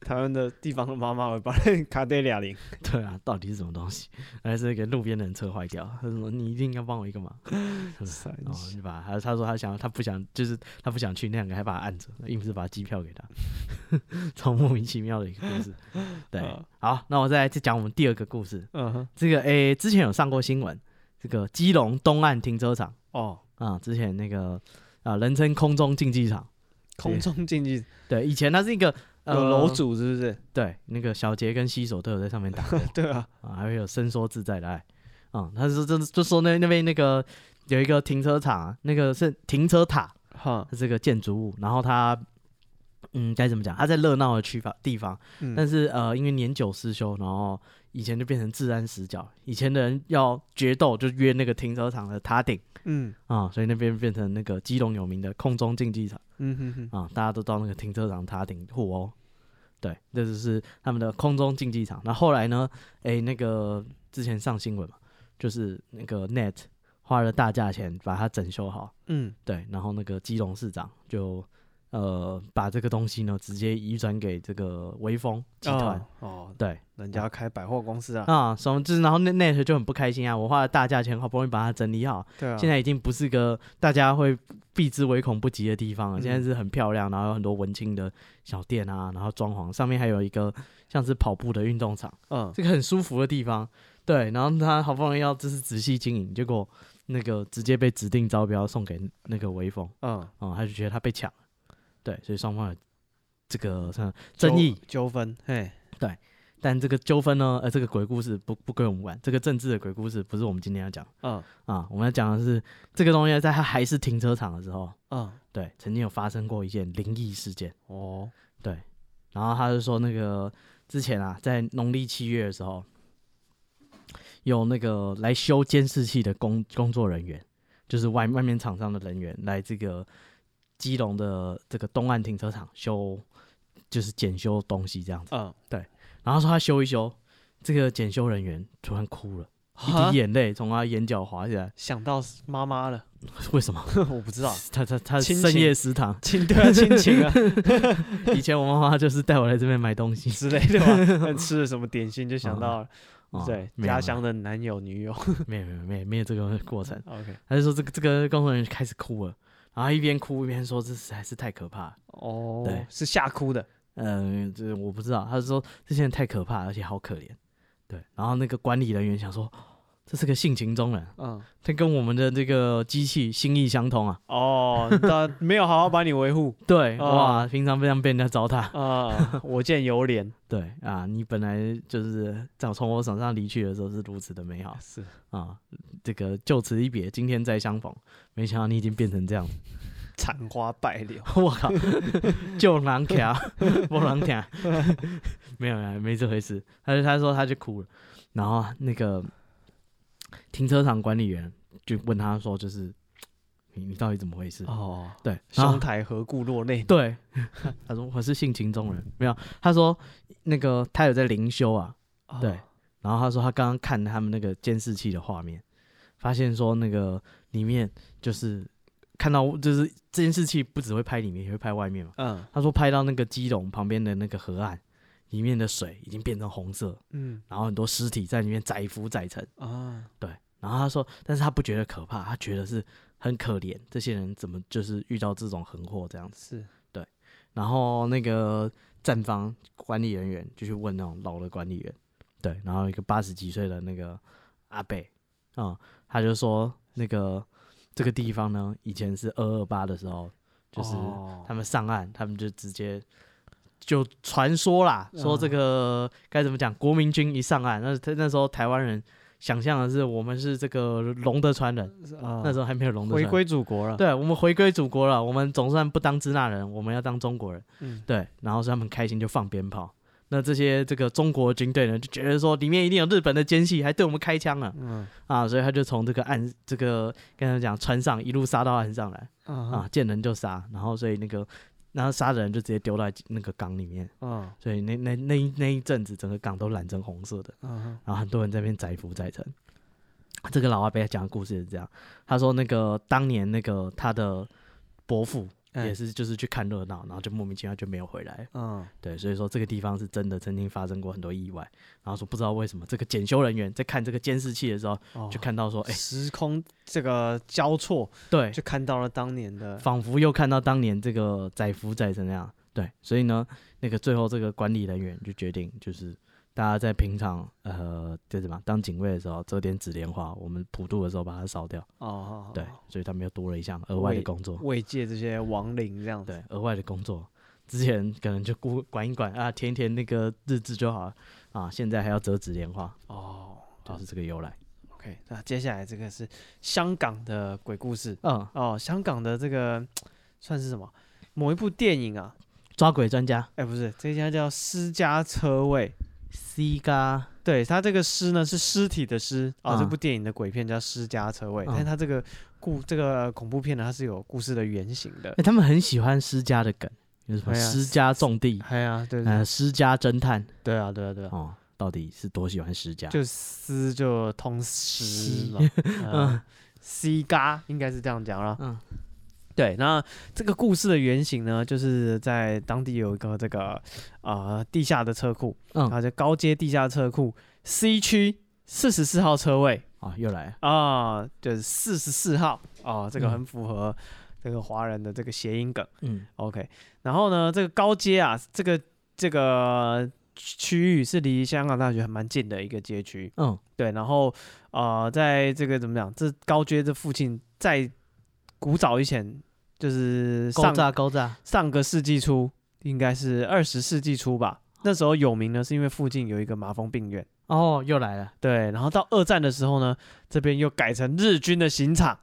Speaker 1: 台湾的地方的妈妈会把那卡戴俩零，
Speaker 2: 对啊，到底是什么东西？还是给路边的人车坏掉？他说你一定要帮我一个忙。
Speaker 1: 三
Speaker 2: 然后就把他他说他想要他不想就是他不想去那两个还把他按着，硬是把机票给他， [laughs] 超莫名其妙的一个故事。对，
Speaker 1: 嗯
Speaker 2: 好，那我再来再讲我们第二个故事。
Speaker 1: 嗯哼，
Speaker 2: 这个诶、之前有上过新闻，这个基隆东岸停车场
Speaker 1: 哦，
Speaker 2: 啊、之前那个啊、人称空中竞技场。
Speaker 1: 空中竞技
Speaker 2: 对，以前它是一个
Speaker 1: 有
Speaker 2: 呃
Speaker 1: 楼，主是不是？ [laughs]
Speaker 2: 对，那个小杰跟西手都有在上面打过
Speaker 1: 对啊，
Speaker 2: 啊，还会有伸缩自在的爱。啊、他是真的就说那那边那个有一个停车场、啊，那个是停车塔，
Speaker 1: 哈，
Speaker 2: 它是个建筑物，然后它，嗯，该怎么讲？它在热闹的区方地方，但
Speaker 1: 嗯，
Speaker 2: 是呃，因为年久失修，然后以前就变成治安死角。以前的人要决斗，就约那个停车场的塔顶
Speaker 1: 嗯
Speaker 2: 啊、所以那边变成那个基隆有名的空中竞技场
Speaker 1: 嗯哼哼，
Speaker 2: 啊、大家都到那个停车场塔顶互殴。对，这就是他们的空中竞技场。那后来呢？诶，那个之前上新闻嘛，就是那个 Net 花了大价钱把它整修好，
Speaker 1: 嗯，
Speaker 2: 对，然后那个基隆市长就呃把这个东西呢直接移转给这个微风集团，
Speaker 1: 哦哦，
Speaker 2: 对
Speaker 1: 人家要开百货公司啊，
Speaker 2: 啊，什么就是然后那 net 就很不开心啊，我花了大价钱好不容易把它整理好，
Speaker 1: 对啊，
Speaker 2: 现在已经不是个大家会避之唯恐不及的地方了，
Speaker 1: 嗯
Speaker 2: 现在是很漂亮，然后有很多文青的小店啊，然后装潢上面还有一个像是跑步的运动场。
Speaker 1: 嗯
Speaker 2: 这个很舒服的地方。对，然后他好不容易要就是仔细经营，结果那个直接被指定招标送给那个微风，
Speaker 1: 嗯，
Speaker 2: 哦、他就觉得他被抢了。对，所以双方有这个像争议
Speaker 1: 纠，纠纷，嘿，
Speaker 2: 但这个纠纷呢，呃，这个鬼故事不不归我们管，这个政治的鬼故事不是我们今天要讲
Speaker 1: 嗯
Speaker 2: 啊，我们要讲的是这个东西在它还是停车场的时候，
Speaker 1: 嗯，
Speaker 2: 对，曾经有发生过一件灵异事件。
Speaker 1: 哦，
Speaker 2: 然后他就说那个之前啊，在农历七月的时候，有那个来修监视器的工工作人员，就是外外面厂商的人员来这个基隆的这个东岸停车场修，就是检修东西这样子。
Speaker 1: 嗯，
Speaker 2: 然后说他修一修，这个检修人员突然哭了，一
Speaker 1: 哈
Speaker 2: 滴眼泪从他眼角滑下来。 [laughs]
Speaker 1: 想到是妈妈了， [laughs]
Speaker 2: 为什么？
Speaker 1: 我不知
Speaker 2: [laughs]
Speaker 1: 道，
Speaker 2: 他他他
Speaker 1: 啊亲
Speaker 2: 深
Speaker 1: 情，
Speaker 2: 夜食堂
Speaker 1: 亲
Speaker 2: [laughs]
Speaker 1: 对啊，亲情啊
Speaker 2: 以前我妈妈就是带我来这边买东西，
Speaker 1: 之类的
Speaker 2: [laughs]
Speaker 1: 吧，吃了什么点心就想到了，
Speaker 2: 哦
Speaker 1: 对，
Speaker 2: 没有
Speaker 1: 家
Speaker 2: 没有
Speaker 1: 乡的男友女友 [laughs]
Speaker 2: 没有没有没有没有这个过程。
Speaker 1: ，OK，
Speaker 2: 他就说这个这个工作人员开始哭了，然后一边哭一边说这实在是太可怕了。
Speaker 1: 哦
Speaker 2: 对，
Speaker 1: 是吓哭的，
Speaker 2: 嗯，这我不知道，他就说这些人太可怕了，而且好可怜。对，然后那个管理人员想说这是个性情中人，
Speaker 1: 嗯，
Speaker 2: 他跟我们的这个机器心意相通啊。
Speaker 1: 哦，他没有好好把你维护
Speaker 2: 对，
Speaker 1: 哦
Speaker 2: 哇，平常非常被人家糟蹋。
Speaker 1: [laughs] 啊，我见犹 [laughs] 怜，
Speaker 2: 对啊，你本来就是在从我手上离去的时候是如此的美好
Speaker 1: 是，
Speaker 2: 啊，这个就此一别，今天再相逢，没想到你已经变成这样。
Speaker 1: 残花败柳，
Speaker 2: [laughs] 我靠，就狼条， [laughs] 不狼条， [laughs] 没有没有没这回事。他就他说他就哭了，然后那个停车场管理员就问他说，就是你你到底怎么回事？
Speaker 1: 哦，
Speaker 2: 对，然后
Speaker 1: 兄台何故落泪？
Speaker 2: 对， [laughs] 他说我是性情中人，没有。他说那个他有在灵修啊，
Speaker 1: 哦
Speaker 2: 对，然后他说他刚刚看他们那个监视器的画面，发现说那个里面就是看到就是监视器不只会拍里面，也会拍外面嘛。
Speaker 1: 嗯
Speaker 2: 他说拍到那个基隆旁边的那个河岸，里面的水已经变成红色，
Speaker 1: 嗯
Speaker 2: 然后很多尸体在里面载浮载沉。
Speaker 1: 啊，
Speaker 2: 对，然后他说，但是他不觉得可怕，他觉得是很可怜，这些人怎么就是遇到这种横祸这样子。
Speaker 1: 是，
Speaker 2: 然后那个站方管理人员就去问那种老的管理员，对，然后一个八十几岁的那个阿贝，啊、他就说那个这个地方呢，以前是二二八的时候，就是
Speaker 1: 哦
Speaker 2: 他们上岸，他们就直接就传说啦，
Speaker 1: 嗯
Speaker 2: 说这个该怎么讲，国民军一上岸，那他那时候台湾人想象的是我们是这个龙的传人，
Speaker 1: 啊
Speaker 2: 那时候还没有龙的传
Speaker 1: 回
Speaker 2: 人。
Speaker 1: 归祖国了，
Speaker 2: 对，我们回归祖国了，我们总算不当支那人，我们要当中国人。
Speaker 1: 嗯
Speaker 2: 对，然后所以他们很开心就放鞭炮。那这些这个中国军队呢，就觉得说里面一定有日本的奸细，还对我们开枪了
Speaker 1: 嗯
Speaker 2: 啊，所以他就从这个岸这个跟他讲船上一路杀到岸上来啊
Speaker 1: 啊，
Speaker 2: 见人就杀，然后所以那个然后杀的人就直接丢到那个港里面，
Speaker 1: 嗯
Speaker 2: 所以那那那一那一阵子整个港都染成红色的。
Speaker 1: 嗯
Speaker 2: 然后很多人在那边载浮载沉。这个老阿伯讲的故事是这样，他说那个当年那个他的伯父
Speaker 1: 哎
Speaker 2: 也是就是去看热闹，然后就莫名其妙就没有回来，
Speaker 1: 嗯
Speaker 2: 对，所以说这个地方是真的曾经发生过很多意外，然后说不知道为什么这个检修人员在看这个监视器的时候
Speaker 1: 哦
Speaker 2: 就看到说，哎、
Speaker 1: 时空这个交错，
Speaker 2: 对，
Speaker 1: 就看到了当年的
Speaker 2: 仿佛又看到当年这个载浮载沉那样，对，所以呢，那个最后这个管理人员就决定就是。大家在平常呃，就什么当警卫的时候折点纸莲花，我们普渡的时候把它烧掉。
Speaker 1: 哦，
Speaker 2: 对，所以他们又多了一项额外的工作，
Speaker 1: 慰藉这些亡灵这样子。
Speaker 2: 对，额外的工作。之前可能就顾管一管啊，填一填那个日志就好了啊，现在还要折纸莲花，
Speaker 1: 哦
Speaker 2: 就是这个由来。
Speaker 1: ，OK，那接下来这个是香港的鬼故事
Speaker 2: 嗯，
Speaker 1: 哦，香港的这个算是什么？某一部电影啊？
Speaker 2: 抓鬼专家
Speaker 1: 哎，不是，这家叫《私家车位》。
Speaker 2: C 嘎，
Speaker 1: 对，它这个“尸”呢是尸体的“尸”啊，
Speaker 2: 嗯
Speaker 1: 这部电影的鬼片叫《尸家车位》，
Speaker 2: 嗯
Speaker 1: 但它这个故这个恐怖片呢，它是有故事的原型的 [laughs]
Speaker 2: 哎、。他们很喜欢施家的梗，有什么
Speaker 1: 哎呀
Speaker 2: 施家种地，
Speaker 1: 哎呀，对对
Speaker 2: 呃，施家侦探
Speaker 1: 对啊，对啊，对啊，
Speaker 2: 哦，到底是多喜欢施家？
Speaker 1: 就私就通尸
Speaker 2: 西
Speaker 1: 嘛， [laughs] 嗯西嘎应该是这样讲啦。
Speaker 2: 嗯
Speaker 1: 对，那这个故事的原型呢，就是在当地有一个这个呃地下的车库，
Speaker 2: 嗯
Speaker 1: 啊，就高阶地下车库 C 区四十四号车位
Speaker 2: 啊，又来了，
Speaker 1: 啊、就是四十四号啊、这个
Speaker 2: 嗯
Speaker 1: 很符合这个华人的这个谐音梗。
Speaker 2: 嗯
Speaker 1: OK，然后呢，这个高街啊，这个这个区域是离香港大学还蛮近的一个街区。
Speaker 2: 嗯
Speaker 1: 对，然后呃，在这个怎么讲，这高街这附近，在古早以前，就是
Speaker 2: 高
Speaker 1: 上
Speaker 2: 炸高炸，
Speaker 1: 上个世纪初，应该是二十世纪初吧，那时候有名呢，是因为附近有一个麻风病院。
Speaker 2: 哦，又来了， [laughs]
Speaker 1: 对，然后到二战的时候呢，这边又改成日军的刑场。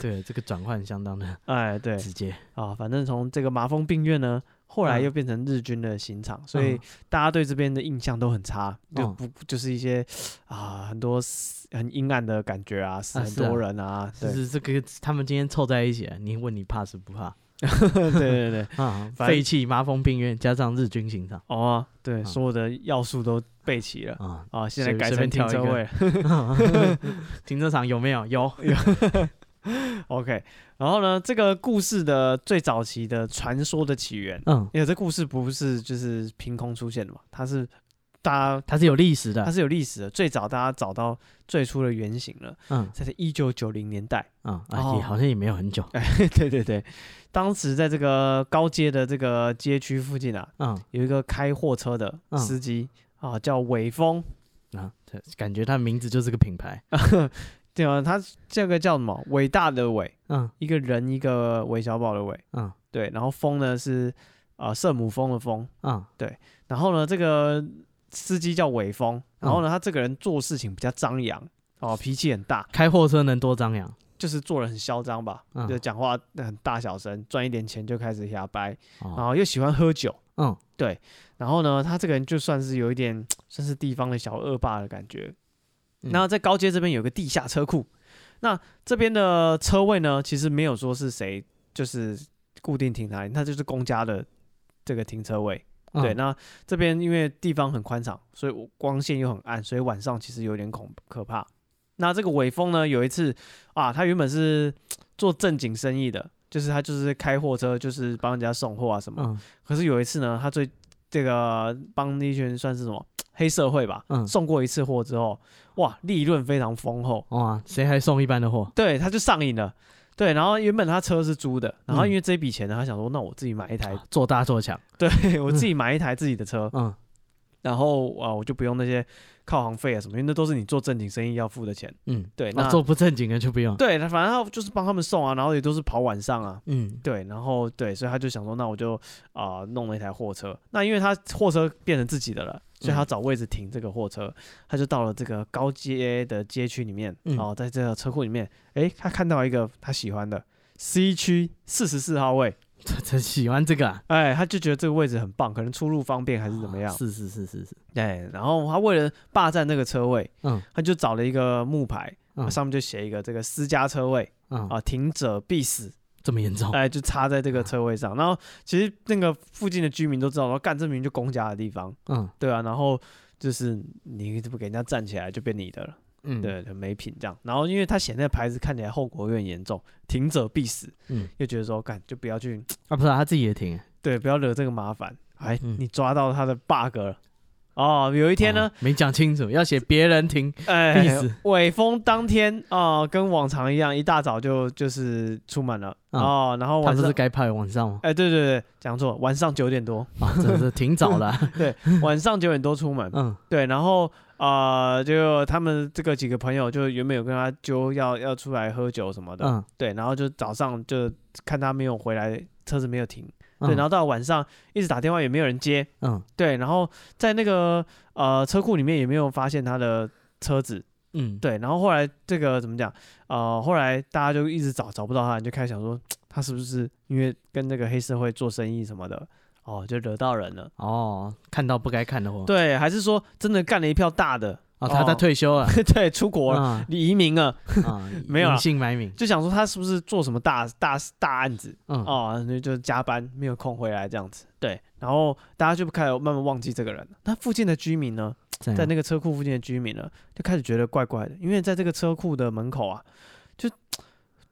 Speaker 2: 对，这个转换相当的
Speaker 1: 哎，对
Speaker 2: 直接。
Speaker 1: 啊，反正从这个麻风病院呢，后来
Speaker 2: 嗯
Speaker 1: 又变成日军的刑场，所以
Speaker 2: 嗯
Speaker 1: 大家对这边的印象都很差，就
Speaker 2: 嗯
Speaker 1: 不就是一些啊很多死很阴暗的感觉啊，死
Speaker 2: 啊
Speaker 1: 很
Speaker 2: 是啊
Speaker 1: 多人啊，
Speaker 2: 就
Speaker 1: 对
Speaker 2: 是这个，他们今天凑在一起，啊你问你怕是不怕
Speaker 1: [laughs] 对对
Speaker 2: [laughs]
Speaker 1: 对，
Speaker 2: 啊？
Speaker 1: 反
Speaker 2: 废弃麻风病院加上日军刑场
Speaker 1: 哦啊，对，
Speaker 2: 嗯
Speaker 1: 所有的要素都备齐了
Speaker 2: 啊，
Speaker 1: 啊，现在
Speaker 2: 随
Speaker 1: 改
Speaker 2: 随
Speaker 1: 成
Speaker 2: 便
Speaker 1: 停
Speaker 2: 挑一
Speaker 1: 车
Speaker 2: 个
Speaker 1: 位了
Speaker 2: [laughs] 停车场有没有？有，
Speaker 1: ，OK。然后呢，这个故事的最早期的传说的起源，
Speaker 2: [laughs] 嗯，
Speaker 1: 因为这故事不是就是凭空出现的嘛，它是大家
Speaker 2: 它是有历史
Speaker 1: 它
Speaker 2: 的，
Speaker 1: 是有历史的，最早大家找到最初的原型了，
Speaker 2: 嗯
Speaker 1: 在一九九零年代。 [laughs]
Speaker 2: 嗯，
Speaker 1: 哦
Speaker 2: 啊，也好像也没有很久，
Speaker 1: 对对对，当时在这个高街的这个街区附近啊，
Speaker 2: 嗯
Speaker 1: 有一个开货车的
Speaker 2: 嗯
Speaker 1: 司机、啊，叫伟峰。
Speaker 2: 啊，这感觉它名字就是个品牌，
Speaker 1: 对啊，他这个叫什么？伟大的伟，
Speaker 2: 嗯
Speaker 1: 一个人一个韦小宝的韦，
Speaker 2: 嗯
Speaker 1: 对，然后峰呢是啊圣母峰的峰，
Speaker 2: 嗯
Speaker 1: 然后呢这个司机叫伟
Speaker 2: 嗯
Speaker 1: 峰，然后呢他这个人做事情比较张扬哦，脾气很大，
Speaker 2: 开货车能多张扬，
Speaker 1: 就是做人很嚣张吧，
Speaker 2: 嗯
Speaker 1: 就讲话很大小声，赚一点钱就开始瞎掰，然
Speaker 2: 哦，
Speaker 1: 后又喜欢喝酒，
Speaker 2: 嗯
Speaker 1: 然后呢他这个人就算是有一点算是地方的小恶霸的感觉。
Speaker 2: 嗯
Speaker 1: 那在高街这边有个地下车库，那这边的车位呢，其实没有说是谁就是固定停哪里，那就是公家的这个停车位。
Speaker 2: 嗯
Speaker 1: 对，那这边因为地方很宽敞，所以我光线又很暗，所以晚上其实有点恐可怕。那这个伟峰呢，有一次啊，他原本是做正经生意的，就是他就是开货车，就是帮人家送货啊什么。
Speaker 2: 嗯
Speaker 1: 可是有一次呢，他最这个帮那群算是什么黑社会吧，
Speaker 2: 嗯
Speaker 1: 送过一次货之后，哇，利润非常丰厚，
Speaker 2: 哇，谁还送一般的货？
Speaker 1: 对，他就上瘾了。对，然后原本他车是租的，然后
Speaker 2: 嗯
Speaker 1: 因为这笔钱呢，他想说，那我自己买一台，
Speaker 2: 做大做强，
Speaker 1: 对我自己买一台自己的
Speaker 2: [laughs]
Speaker 1: 车，
Speaker 2: 嗯
Speaker 1: 然后啊、呃我就不用那些靠行费啊什么，因为那都是你做正经生意要付的钱。
Speaker 2: 嗯，
Speaker 1: 对，那、
Speaker 2: 那做不正经的就不用，
Speaker 1: 对，他反正他就是帮他们送啊，然后也都是跑晚上啊。
Speaker 2: 嗯 [laughs]
Speaker 1: 对，然后对，所以他就想说，那我就啊、呃弄了一台货车。那因为他货车变成自己的了，所以
Speaker 2: 嗯
Speaker 1: 他找位置停这个货车，他就到了这个高街的街区里面，
Speaker 2: 嗯
Speaker 1: 然后在这个车库里面，诶，他看到一个他喜欢的 C 区四十四号位，
Speaker 2: 这这喜欢这个啊，
Speaker 1: 哎，他就觉得这个位置很棒，可能出入方便还是怎么样。
Speaker 2: 是是是是是，
Speaker 1: 哎，然后他为了霸占那个车位，
Speaker 2: 嗯
Speaker 1: 他就找了一个木牌，
Speaker 2: 嗯
Speaker 1: 上面就写一个这个私家车位
Speaker 2: 嗯，
Speaker 1: 啊，停者必死，
Speaker 2: 这么严重，
Speaker 1: 哎，就插在这个车位上。然后其实那个附近的居民都知道说，干这明明就公家的地方，
Speaker 2: 嗯
Speaker 1: 对啊，然后就是你这不给人家站起来就变你的了，
Speaker 2: 嗯，
Speaker 1: 对，很没品这样。然后因为他写那个牌子看起来后果有点严重，停者必死，
Speaker 2: 嗯
Speaker 1: 又觉得说干就不要去，
Speaker 2: 啊，不是啊他自己也停，
Speaker 1: 对，不要惹这个麻烦。哎，
Speaker 2: 嗯
Speaker 1: 你抓到他的 bug 了。哦，有一天呢，
Speaker 2: 哦没讲清楚，要写别人停，
Speaker 1: 哎
Speaker 2: 意思，
Speaker 1: 伟峰当天哦、跟往常一样，一大早就就是出门了、
Speaker 2: 嗯
Speaker 1: 哦，然后
Speaker 2: 他
Speaker 1: 晚
Speaker 2: 不
Speaker 1: 上
Speaker 2: 是，该派晚上吗？
Speaker 1: [laughs] 哎，对对对，讲错，晚上九点多，
Speaker 2: 啊，真的是挺早的啊，
Speaker 1: [laughs]
Speaker 2: [laughs]
Speaker 1: 晚上九点多出门，
Speaker 2: 嗯
Speaker 1: 对，然后啊、呃就他们这个几个朋友就原本有跟他揪要要出来喝酒什么的，
Speaker 2: 嗯，
Speaker 1: 对，然后就早上就看他没有回来，车子没有停，
Speaker 2: 嗯
Speaker 1: 对，然后到晚上一直打电话也没有人接，
Speaker 2: 嗯
Speaker 1: 对，然后在那个呃车库里面也没有发现他的车子，
Speaker 2: 嗯，
Speaker 1: 对，然后后来这个怎么讲？呃，后来大家就一直找找不到他，就开始想说他是不是因为跟那个黑社会做生意什么的，哦，就惹到人了。
Speaker 2: 哦，看到不该看的货，
Speaker 1: 对，还是说真的干了一票大的？ [laughs]
Speaker 2: 哦，他他
Speaker 1: 哦
Speaker 2: 退休了，
Speaker 1: 对，出国了， [laughs]
Speaker 2: 啊
Speaker 1: 移民了，
Speaker 2: 啊
Speaker 1: [laughs] 没有啦
Speaker 2: 隐姓埋名，
Speaker 1: 就想说他是不是做什么大大大案子
Speaker 2: 嗯
Speaker 1: 哦，那就加班没有空回来这样子。对，然后大家就开始慢慢忘记这个人了。那附近的居民呢，
Speaker 2: 这
Speaker 1: 在
Speaker 2: 样
Speaker 1: 那个车库附近的居民呢，就开始觉得怪怪的，因为在这个车库的门口啊，就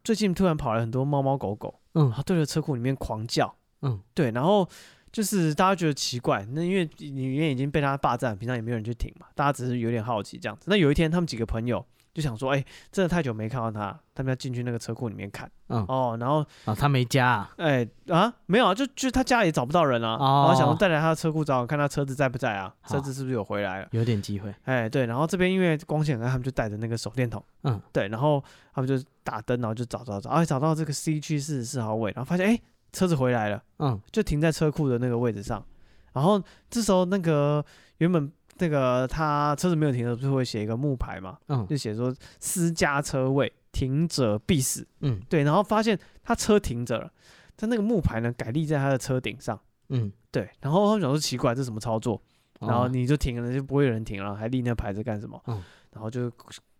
Speaker 1: 最近突然跑来很多猫猫狗狗，
Speaker 2: 嗯
Speaker 1: 然后对着车库里面狂叫，
Speaker 2: 嗯，
Speaker 1: 对，然后就是大家觉得奇怪，那因为里面已经被他霸占，平常也没有人去停嘛，大家只是有点好奇这样子。那有一天，他们几个朋友就想说，哎、真的太久没看到他，他们要进去那个车库里面看，
Speaker 2: 嗯
Speaker 1: 哦，然后
Speaker 2: 啊，他没家啊，
Speaker 1: 哎、啊，没有啊，就就他家里找不到人啊，
Speaker 2: 哦
Speaker 1: 然后想说带来他的车库找找看他车子在不在啊，
Speaker 2: 好
Speaker 1: 车子是不是有回来了。
Speaker 2: 有点机会，
Speaker 1: 哎，对，然后这边因为光线很暗，他们就带着那个手电筒，
Speaker 2: 嗯，
Speaker 1: 对，然后他们就打灯，然后就找找找，哎，找到这个 C 区四十四号位，然后发现哎，车子回来了，
Speaker 2: 嗯
Speaker 1: 就停在车库的那个位置上，然后这时候那个原本那个他车子没有停的，不是会写一个木牌嘛，
Speaker 2: 嗯
Speaker 1: 就写说私家车位停者必死。
Speaker 2: 嗯
Speaker 1: 对，然后发现他车停着了，但那个木牌呢改立在他的车顶上。
Speaker 2: 嗯，
Speaker 1: 对，然后他们想说奇怪，这什么操作？然后
Speaker 2: 哦
Speaker 1: 你就停了，就不会有人停了，还立那牌子干什么？
Speaker 2: 嗯
Speaker 1: 然后就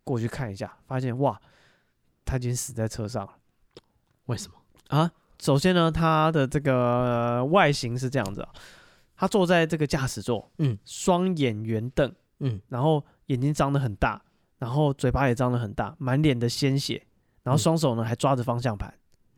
Speaker 1: 过去看一下，发现哇，他已经死在车上了。
Speaker 2: 为什么？
Speaker 1: 啊，首先呢，它的这个外形是这样子、啊，他坐在这个驾驶座，
Speaker 2: 嗯，
Speaker 1: 双眼圆瞪，
Speaker 2: 嗯
Speaker 1: 然后眼睛张得很大，然后嘴巴也张得很大，满脸的鲜血，然后
Speaker 2: 嗯
Speaker 1: 双手呢还抓着方向盘。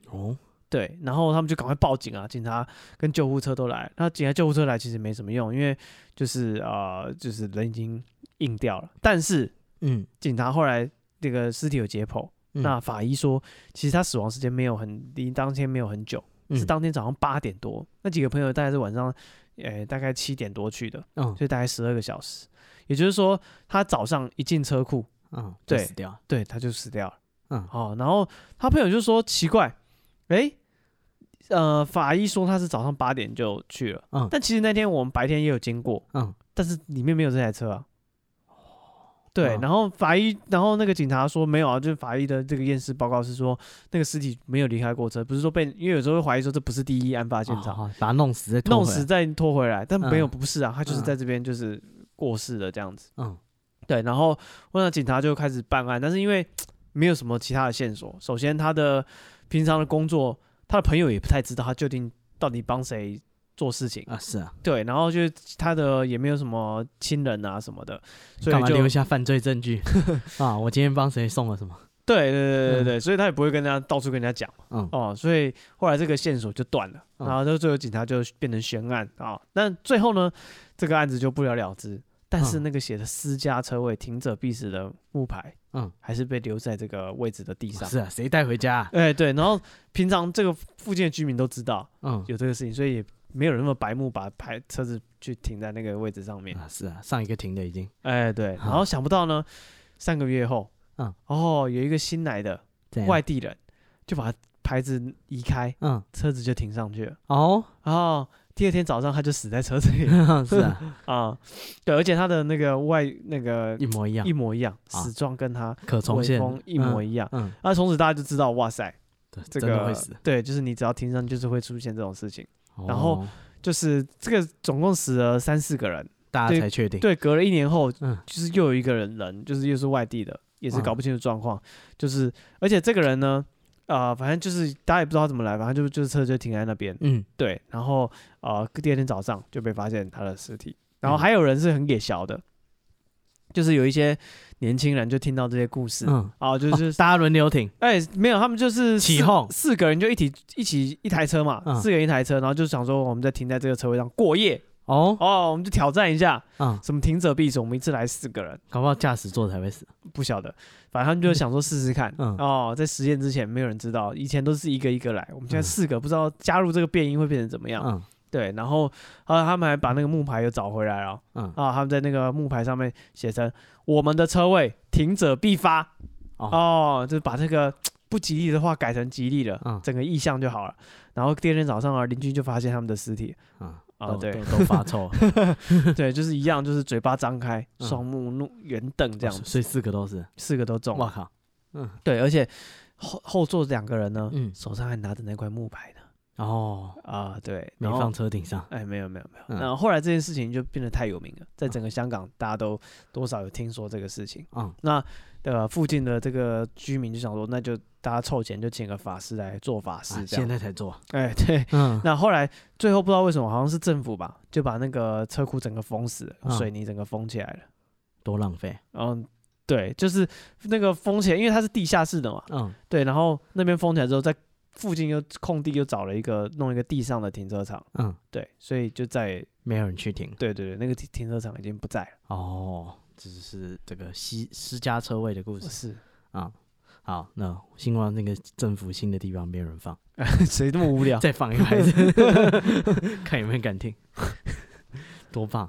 Speaker 2: 哦，
Speaker 1: 对，然后他们就赶快报警啊！警察跟救护车都来。那警察、救护车来其实没什么用，因为就是呃，就是人已经硬掉了。但是
Speaker 2: 嗯，
Speaker 1: 警察后来这个尸体有解剖，
Speaker 2: 嗯
Speaker 1: 那法医说，其实他死亡时间没有很离当天没有很久，
Speaker 2: 嗯
Speaker 1: 是当天早上八点多。那几个朋友大概是晚上，呃，大概七点多去的，
Speaker 2: 嗯
Speaker 1: 所以大概十二个小时。也就是说，他早上一进车库，
Speaker 2: 嗯，
Speaker 1: 对
Speaker 2: 就死掉了，
Speaker 1: 对，他就死掉了。
Speaker 2: 嗯
Speaker 1: 哦，然后他朋友就说奇怪，诶，呃，法医说他是早上八点就去了，
Speaker 2: 嗯
Speaker 1: 但其实那天我们白天也有经过，
Speaker 2: 嗯
Speaker 1: 但是里面没有这台车啊。对，
Speaker 2: 嗯
Speaker 1: 然后法医，然后那个警察说没有啊，就是法医的这个验尸报告是说那个尸体没有离开过车，不是说被，因为有时候会怀疑说这不是第一案发现场，
Speaker 2: 哦把他弄死再拖
Speaker 1: 弄
Speaker 2: 回来
Speaker 1: 死，再拖回来，但没有
Speaker 2: 嗯
Speaker 1: 不是啊，他就是
Speaker 2: 嗯
Speaker 1: 在这边就是过世的这样子。
Speaker 2: 嗯
Speaker 1: 对，然后我想警察就开始办案，但是因为没有什么其他的线索，首先他的平常的工作，他的朋友也不太知道他究竟到底帮谁做事情，
Speaker 2: 啊是啊，
Speaker 1: 对，然后就是他的也没有什么亲人啊什么的，所
Speaker 2: 干
Speaker 1: 以
Speaker 2: 嘛留
Speaker 1: 就
Speaker 2: 下犯罪证据
Speaker 1: [laughs]
Speaker 2: 啊？我今天帮谁送了什么？
Speaker 1: 对对对对对，所以他也不会跟人家到处跟人家讲嘛
Speaker 2: 嗯
Speaker 1: 哦，所以后来这个线索就断了，
Speaker 2: 嗯
Speaker 1: 然后就最后警察就变成悬案啊、但最后呢，这个案子就不了了之，但是
Speaker 2: 嗯
Speaker 1: 那个写的私家车位停者必死的木牌。
Speaker 2: 嗯，
Speaker 1: 还是被留在这个位置的地上。
Speaker 2: 是啊，谁带回家啊？
Speaker 1: 哎、对，然后平常这个附近的居民都知道
Speaker 2: 嗯
Speaker 1: 有这个事情，所以也没有人那么白目把牌车子去停在那个位置上面。
Speaker 2: 啊是啊，上一个停的已经
Speaker 1: 哎、对，然后想不到呢，三个月后，
Speaker 2: 嗯，哎
Speaker 1: 哦，有一个新来的
Speaker 2: 这样
Speaker 1: 外地人就把牌子移开，
Speaker 2: 嗯
Speaker 1: 车子就停上去了。
Speaker 2: 哦 [laughs]
Speaker 1: 然后第二天早上他就死在车子里
Speaker 2: 是啊，
Speaker 1: 啊、对，而且他的那个外那个
Speaker 2: 一模一样
Speaker 1: [laughs] 一，模一样，
Speaker 2: 啊
Speaker 1: 死状跟他
Speaker 2: 可重
Speaker 1: 微
Speaker 2: 现
Speaker 1: 风一模
Speaker 2: 样，
Speaker 1: 一样。
Speaker 2: 嗯，
Speaker 1: 那从此大家就知道，哇塞。
Speaker 2: 对
Speaker 1: 这
Speaker 2: 真的
Speaker 1: 个
Speaker 2: 会死。
Speaker 1: 对，就是你只要听上，就是会出现这种事情。然后
Speaker 2: 哦
Speaker 1: 就是这个总共死了三四个人，
Speaker 2: 大
Speaker 1: 对
Speaker 2: 家才确定，
Speaker 1: 对，隔了一年后，
Speaker 2: 嗯
Speaker 1: 就是又有一个人人，就是又是外地的，也是
Speaker 2: 嗯
Speaker 1: 搞不清楚状况，就是而且这个人呢，啊，反正就是大家也不知道他怎么来，反正就就是车就停在那边，
Speaker 2: 嗯
Speaker 1: 对，然后啊，第二天早上就被发现他的尸体，然后
Speaker 2: 嗯
Speaker 1: 还有人是很野小的，就是有一些年轻人就听到这些故事。
Speaker 2: 嗯，
Speaker 1: 啊，就
Speaker 2: 就是是大家轮流停，
Speaker 1: 哎、没有，他们就是
Speaker 2: 起
Speaker 1: 四
Speaker 2: 哄
Speaker 1: 四个人就一起一起一台车嘛，
Speaker 2: 嗯
Speaker 1: 四个人一台车，然后就想说我们再停在这个车位上过夜
Speaker 2: 哦，
Speaker 1: 哦，我们就挑战一下
Speaker 2: 嗯，
Speaker 1: 什么停者必死，我们一次来四个人，
Speaker 2: 搞不好驾驶座才会死，
Speaker 1: 不晓得，反正他们就想说试试看，
Speaker 2: 嗯
Speaker 1: 哦，在实验之前没有人知道，以前都是一个一个来，我们现在
Speaker 2: 嗯
Speaker 1: 四个，不知道加入这个变音会变成怎么样，
Speaker 2: 嗯
Speaker 1: 对，然后啊他们还把那个木牌又找回来了
Speaker 2: 嗯，
Speaker 1: 啊，他们在那个木牌上面写成我们的车位停者必发。
Speaker 2: 哦，
Speaker 1: 哦，就是把这个不吉利的话改成吉利了，
Speaker 2: 嗯
Speaker 1: 整个意象就好了。然后第二天早上啊，邻居就发现他们的尸体，
Speaker 2: 嗯
Speaker 1: 啊
Speaker 2: 都
Speaker 1: 对
Speaker 2: 都都发臭了，
Speaker 1: [laughs] 对，就是一样，就是嘴巴张开，
Speaker 2: 嗯
Speaker 1: 双目怒圆瞪这样子，
Speaker 2: 哦所以四个都是，
Speaker 1: 四个都中
Speaker 2: 我
Speaker 1: 了。
Speaker 2: 靠，嗯，
Speaker 1: 哦对，而且后后座两个人呢，
Speaker 2: 嗯
Speaker 1: 手上还拿着那块木牌呢。
Speaker 2: 然后
Speaker 1: 啊，对，
Speaker 2: 没
Speaker 1: 然后
Speaker 2: 放。车顶上，
Speaker 1: 哎，没有没有没有。
Speaker 2: 嗯
Speaker 1: 然后后来这件事情就变得太有名了，在整个香港，大家都多少有听说这个事情。
Speaker 2: 嗯
Speaker 1: 那呃，附近的这个居民就想说，那就大家凑钱，就请个法师来做法
Speaker 2: 啊
Speaker 1: 事这
Speaker 2: 现
Speaker 1: 样。
Speaker 2: 在才做，
Speaker 1: 哎，对，
Speaker 2: 嗯
Speaker 1: 那后来最后不知道为什么，好像是政府吧，就把那个车库整个封死了，用
Speaker 2: 嗯
Speaker 1: 水泥整个封起来了。
Speaker 2: 多浪费，
Speaker 1: 然后对，就是那个封起来，因为它是地下室的嘛，
Speaker 2: 嗯
Speaker 1: 对。然后那边封起来之后，在附近又空地又找了一个弄一个地上的停车场，
Speaker 2: 嗯，
Speaker 1: 对，所以就在
Speaker 2: 没有人去停，
Speaker 1: 对对对，那个停停车场已经不在了。
Speaker 2: 哦，这只是这个私私家车位的故事
Speaker 1: 是，
Speaker 2: 啊。好，那希望那个政府新的地方没有人放，
Speaker 1: [laughs] 谁这么无
Speaker 2: [laughs]
Speaker 1: 聊？
Speaker 2: 再放一个孩子，看有没有人敢听， [laughs] 多棒！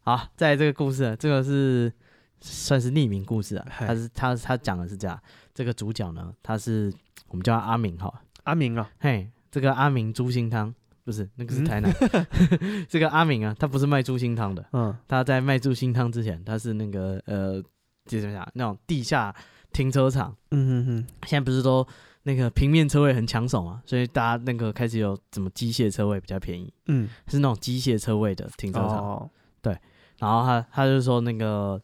Speaker 2: 好，在这个故事呢，啊这个是算是匿名故事啊。
Speaker 1: 嗨
Speaker 2: 他是他他讲的是这样，这个主角呢，他是我们叫他阿明哈，
Speaker 1: 阿明啊，
Speaker 2: 嘿，这个阿明猪心汤不不是那个是台南， [laughs] 这个阿明啊，他不是卖猪心汤的，
Speaker 1: 嗯，
Speaker 2: 他在卖猪心汤之前，他是那个呃，就是怎么讲那种地下停车场，
Speaker 1: 嗯嗯
Speaker 2: 现在不是都那个平面车位很抢手嘛，所以大家那个开始有怎么机械车位比较便宜，
Speaker 1: 嗯，
Speaker 2: 是那种机械车位的
Speaker 1: 嗯，
Speaker 2: 停车场。
Speaker 1: 哦，
Speaker 2: 然后他他就说那个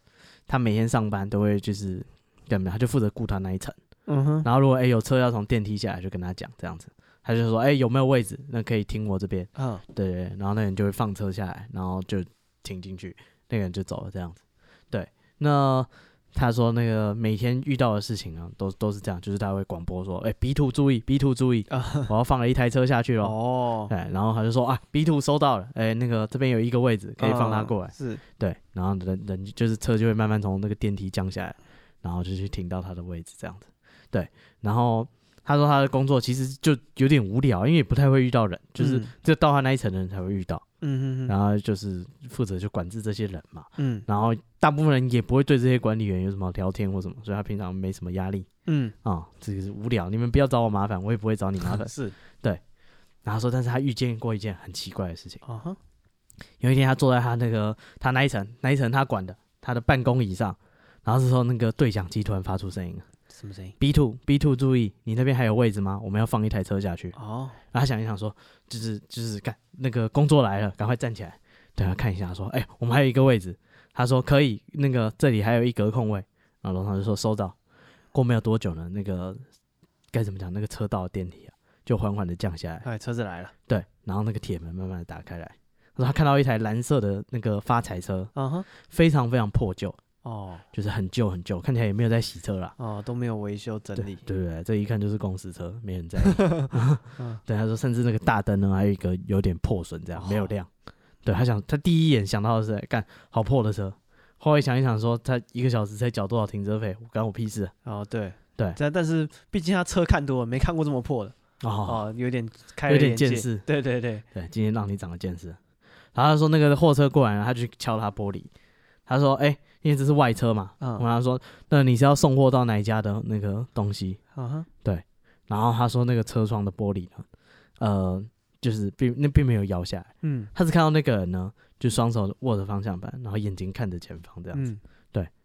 Speaker 2: 他每天上班都会就是对没有，他就负责顾他那一层。
Speaker 1: 嗯哼，
Speaker 2: 然后如果哎、有车要从电梯下来，就跟他讲这样子。他就说：“哎、有没有位置？那可以停我这边。
Speaker 1: 嗯，”
Speaker 2: 对对，对然后那人就会放车下来，然后就停进去，那个人就走了这样子。对，那他说那个每天遇到的事情呢，都都是这样，就是他会广播说：“哎、b two 注意，B two 注 [laughs] 意，
Speaker 1: 啊，
Speaker 2: 我要放了一台车下去哦。
Speaker 1: 哦，
Speaker 2: 哎，然后他就说：“啊，B two 收到了，哎、那个这边有一个位置可以放他过来。
Speaker 1: 嗯是，
Speaker 2: 对，然后人人就是车就会慢慢从那个电梯降下来，然后就去停到他的位置这样子。对，然后他说他的工作其实就有点无聊，因为也不太会遇到人，就是
Speaker 1: 嗯
Speaker 2: 只有到他那一层的人才会遇到，
Speaker 1: 嗯嗯
Speaker 2: 然
Speaker 1: 嗯
Speaker 2: 后就是负责就管制这些人嘛。
Speaker 1: 嗯
Speaker 2: 然后大部分人也不会对这些管理员有什么聊天或什么，所以他平常没什么压力
Speaker 1: 嗯
Speaker 2: 啊、这个是无聊。你们不要找我麻烦，我也不会找你麻烦
Speaker 1: [laughs] 嗯，。是，
Speaker 2: 然后他说，但是他遇见过一件很奇怪的事情。
Speaker 1: 啊哈，
Speaker 2: 有一天，他坐在他那个他那一层那一层他管的他的办公椅上，然后这时候那个对讲机突然发出声音
Speaker 1: 什么声音？
Speaker 2: ：“B two B two，注意，你那边还有位置吗？我们要放一台车下去。”
Speaker 1: 哦，
Speaker 2: 然后他想一想说，就是就是干那个工作来了，赶快站起来，对他看一下说：“哎、我们还有一个位置。”他说：“可以，那个这里还有一格空位。”然后楼上就说：“收到。”过没有多久呢，那个该怎么讲？那个车道的电梯啊，就缓缓的降下来。
Speaker 1: 哎，车子来了，
Speaker 2: 对，然后那个铁门慢慢的打开来，他说他看到一台蓝色的那个发财车，
Speaker 1: 啊哈，
Speaker 2: 非常非常破旧，
Speaker 1: 哦
Speaker 2: 就是很旧很旧，看起来也没有在洗车啦。
Speaker 1: 哦，都没有维修整
Speaker 2: 对
Speaker 1: 理
Speaker 2: 对，对，对这一看就是公司车，没
Speaker 1: [laughs]
Speaker 2: 人在意。对，他说甚至那个大灯呢，还有一个有点破损，这样没有
Speaker 1: 哦
Speaker 2: 亮。对他想，他第一眼想到的是哎干好破的车，后来想一想说，他一个小时才缴多少停车费，干我屁事啊！
Speaker 1: 哦，对
Speaker 2: 对
Speaker 1: 但但是毕竟他车看多了，没看过这么破的，
Speaker 2: 哦，
Speaker 1: 哦，有点开了
Speaker 2: 有点
Speaker 1: 眼界
Speaker 2: 见，识。
Speaker 1: 对对对，
Speaker 2: 对，今天让你长了见识。然后他说那个货车过来了，他去敲他玻璃，他说：“哎、因为这是外车嘛。”
Speaker 1: 嗯
Speaker 2: 我跟他说：“那你是要送货到哪一家的那个东西
Speaker 1: 啊哈，？”
Speaker 2: 然后他说那个车窗的玻璃呢，呃，就是并那并没有摇下来，
Speaker 1: 嗯
Speaker 2: 他只看到那个人呢，就双手握着方向盘，然后眼睛看着前方这样子。
Speaker 1: 嗯，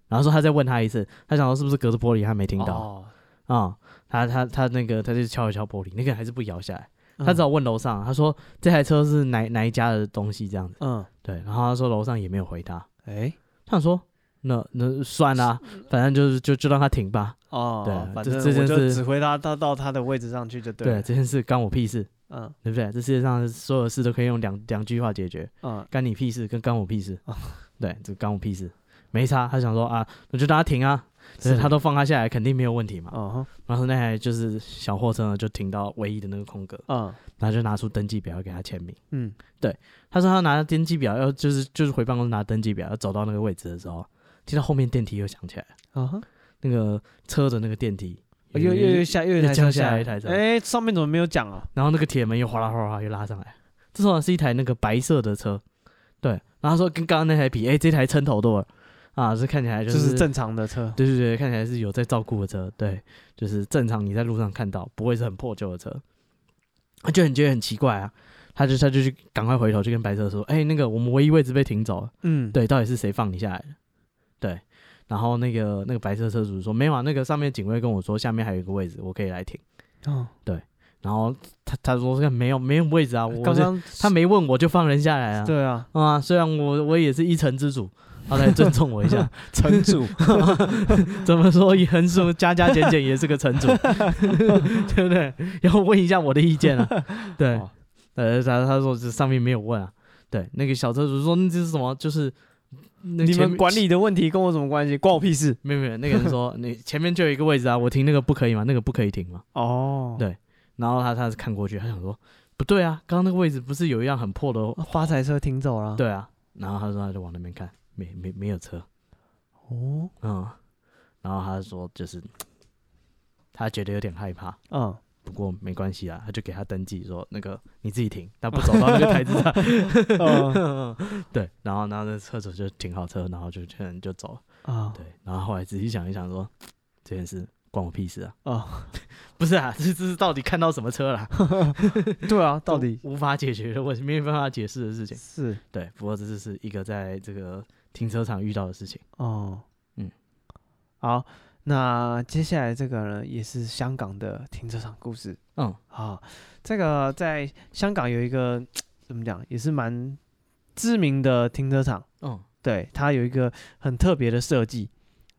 Speaker 2: 然后说他再问他一次，他想说是不是隔着玻璃他没听到啊、
Speaker 1: 哦，
Speaker 2: 嗯他他他那个他就敲一敲玻璃，那个人还是不摇下来。
Speaker 1: 嗯
Speaker 2: 他只好问楼上，他说这台车是哪哪一家的东西这样子。
Speaker 1: 嗯，
Speaker 2: 对，然后他说楼上也没有回他，
Speaker 1: 哎，
Speaker 2: 他想说那那算啦、反正就是就就让他停吧。
Speaker 1: 哦，
Speaker 2: 对啊
Speaker 1: 反
Speaker 2: 这
Speaker 1: 正
Speaker 2: 这
Speaker 1: 我
Speaker 2: 件
Speaker 1: 就
Speaker 2: 事
Speaker 1: 指挥他到到他的位置上去就
Speaker 2: 对，
Speaker 1: 了，
Speaker 2: 这件事干我屁事，
Speaker 1: 嗯
Speaker 2: 对不对？这世界上所有事都可以用两两句话解决，
Speaker 1: 嗯，
Speaker 2: 干你屁事跟干我屁事
Speaker 1: 哦。
Speaker 2: [laughs] 对，这干我屁事，没差。他想说啊，那就让他停啊，对，
Speaker 1: 是
Speaker 2: 他都放他下来，肯定没有问题嘛。
Speaker 1: 哦
Speaker 2: 然后那台就是小货车呢，就停到唯一的那个空格，
Speaker 1: 哈，
Speaker 2: 然后就拿出登记表要给他签名。
Speaker 1: 嗯
Speaker 2: 他说他拿登记表要就是就是回办公室拿登记表，要走到那个位置的时候，听到后面电梯又响起来了，
Speaker 1: 嗯，啊哈。
Speaker 2: 那个车的那个电梯
Speaker 1: 哦又又又下又一
Speaker 2: 又
Speaker 1: 台
Speaker 2: 降
Speaker 1: 车
Speaker 2: 下来
Speaker 1: 来
Speaker 2: 一台车
Speaker 1: 哎，上面怎么没有讲啊？
Speaker 2: 然后那个铁门又哗啦哗啦哗啦又拉上来。这时候是一台那个白色的车，对，然后他说跟刚刚那台比，哎、这台撑头多了啊，这看起来
Speaker 1: 就
Speaker 2: 就是
Speaker 1: 正常的车，
Speaker 2: 对对对，看起来是有在照顾的车，对，就是正常你在路上看到，不会是很破旧的车，他就很觉得很奇怪啊，他就他就去赶快回头去跟白车说，哎、那个我们唯一位置被停走了，
Speaker 1: 嗯，
Speaker 2: 对，到底是谁放你下来的？对，然后那个那个白车车主说没有啊，那个上面警卫跟我说下面还有一个位置，我可以来停，
Speaker 1: 哦，
Speaker 2: 然后他他说这个没有没有位置啊，我
Speaker 1: 刚
Speaker 2: 就
Speaker 1: 刚
Speaker 2: 他没问我就放人下来啊，
Speaker 1: 对
Speaker 2: [laughs]
Speaker 1: 啊，
Speaker 2: 啊，虽然我我也是一城之主，他来尊重我一下。
Speaker 1: 城 [laughs] 主，
Speaker 2: [laughs] 怎么说也很什么加加减减也是个城
Speaker 1: [laughs]
Speaker 2: 主，对不对？要问一下我的意见啊。对
Speaker 1: 哦，
Speaker 2: 呃，他他说这上面没有问啊。对，那个小车主说那这是什么？就是那
Speaker 1: 你
Speaker 2: 前
Speaker 1: 们
Speaker 2: 面
Speaker 1: 管理的问题跟我什么关系？关我屁事
Speaker 2: 没有没有，那个人说你前面就有一个位置啊，我停那个不可以吗？那个不可以停吗？
Speaker 1: 哦。
Speaker 2: 对然后他他是看过去，他想说不对啊，刚刚那个位置不是有一辆很破的？
Speaker 1: 啊发财车停走了。
Speaker 2: 对啊，然后他说他就往那边看，没没没有车，
Speaker 1: 哦，
Speaker 2: 嗯，然后他说就是他觉得有点害怕。 [laughs]
Speaker 1: 嗯，
Speaker 2: 不过没关系啊，他就给他登记说那个你自己停，他不走到那个台子 [laughs] 上。
Speaker 1: 嗯
Speaker 2: 对，然后然后那车主就停好车，然后就可能就走了。
Speaker 1: 啊，
Speaker 2: 对，然后后来仔细想一想说这件事关我屁事啊！
Speaker 1: 哦，
Speaker 2: [laughs] 不是啊，这这是到底看到什么车啊 [laughs] 啦？
Speaker 1: 对
Speaker 2: [laughs]
Speaker 1: 啊，到底
Speaker 2: 这无法解决的问题，没有办法解释的事情。
Speaker 1: 是
Speaker 2: 对，不过这就是一个在这个停车场遇到的事情。
Speaker 1: 哦，
Speaker 2: 嗯，
Speaker 1: 好，那接下来这个呢，也是香港的停车场故事
Speaker 2: 嗯
Speaker 1: 啊。这个在香港有一个怎么讲，也是蛮知名的停车场，
Speaker 2: 嗯，
Speaker 1: 对，它有一个很特别的设计，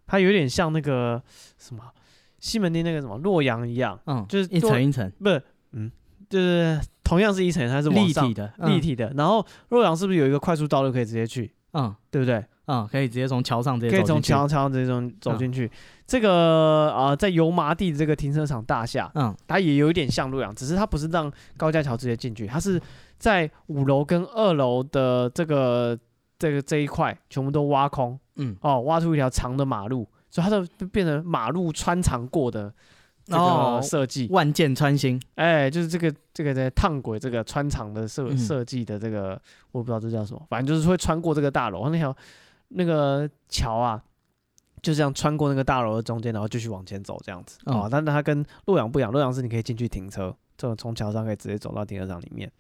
Speaker 1: 它有点像那个什么西门町那个什么洛阳一样，
Speaker 2: 嗯，
Speaker 1: 就是
Speaker 2: 一
Speaker 1: 多
Speaker 2: 层一层
Speaker 1: 不是，嗯，就是同样是一层，它是往
Speaker 2: 立
Speaker 1: 上
Speaker 2: 体的，
Speaker 1: 立体的。然后洛阳是不是有一个快速道路可以直接去，
Speaker 2: 嗯，
Speaker 1: 对不对？
Speaker 2: 嗯嗯，可以直接从桥上直
Speaker 1: 可
Speaker 2: 接
Speaker 1: 以
Speaker 2: 走
Speaker 1: 从
Speaker 2: 进去嗯
Speaker 1: 桥，桥这种走进去。这个啊、呃在油麻地这个停车场大厦，
Speaker 2: 嗯
Speaker 1: 它也有一点像洛阳，只是它不是让高架桥直接进去，它是在五楼跟二楼的这个这个这一块全部都挖空，
Speaker 2: 嗯，
Speaker 1: 哦，挖出一条长的马路，所以它就变成马路穿肠过的这
Speaker 2: 哦
Speaker 1: 个设计。
Speaker 2: 万箭穿心，
Speaker 1: 哎，就是这个这个在烫轨这个穿肠的设
Speaker 2: 嗯
Speaker 1: 设计的这个，我不知道这叫什么，反正就是会穿过这个大楼，然后那条那个桥啊，就这样穿过那个大楼的中间，然后继续往前走这样子。哦
Speaker 2: 嗯，
Speaker 1: 但是它跟洛阳不一样，洛阳是你可以进去停车，这种从桥上可以直接走到停车场里面。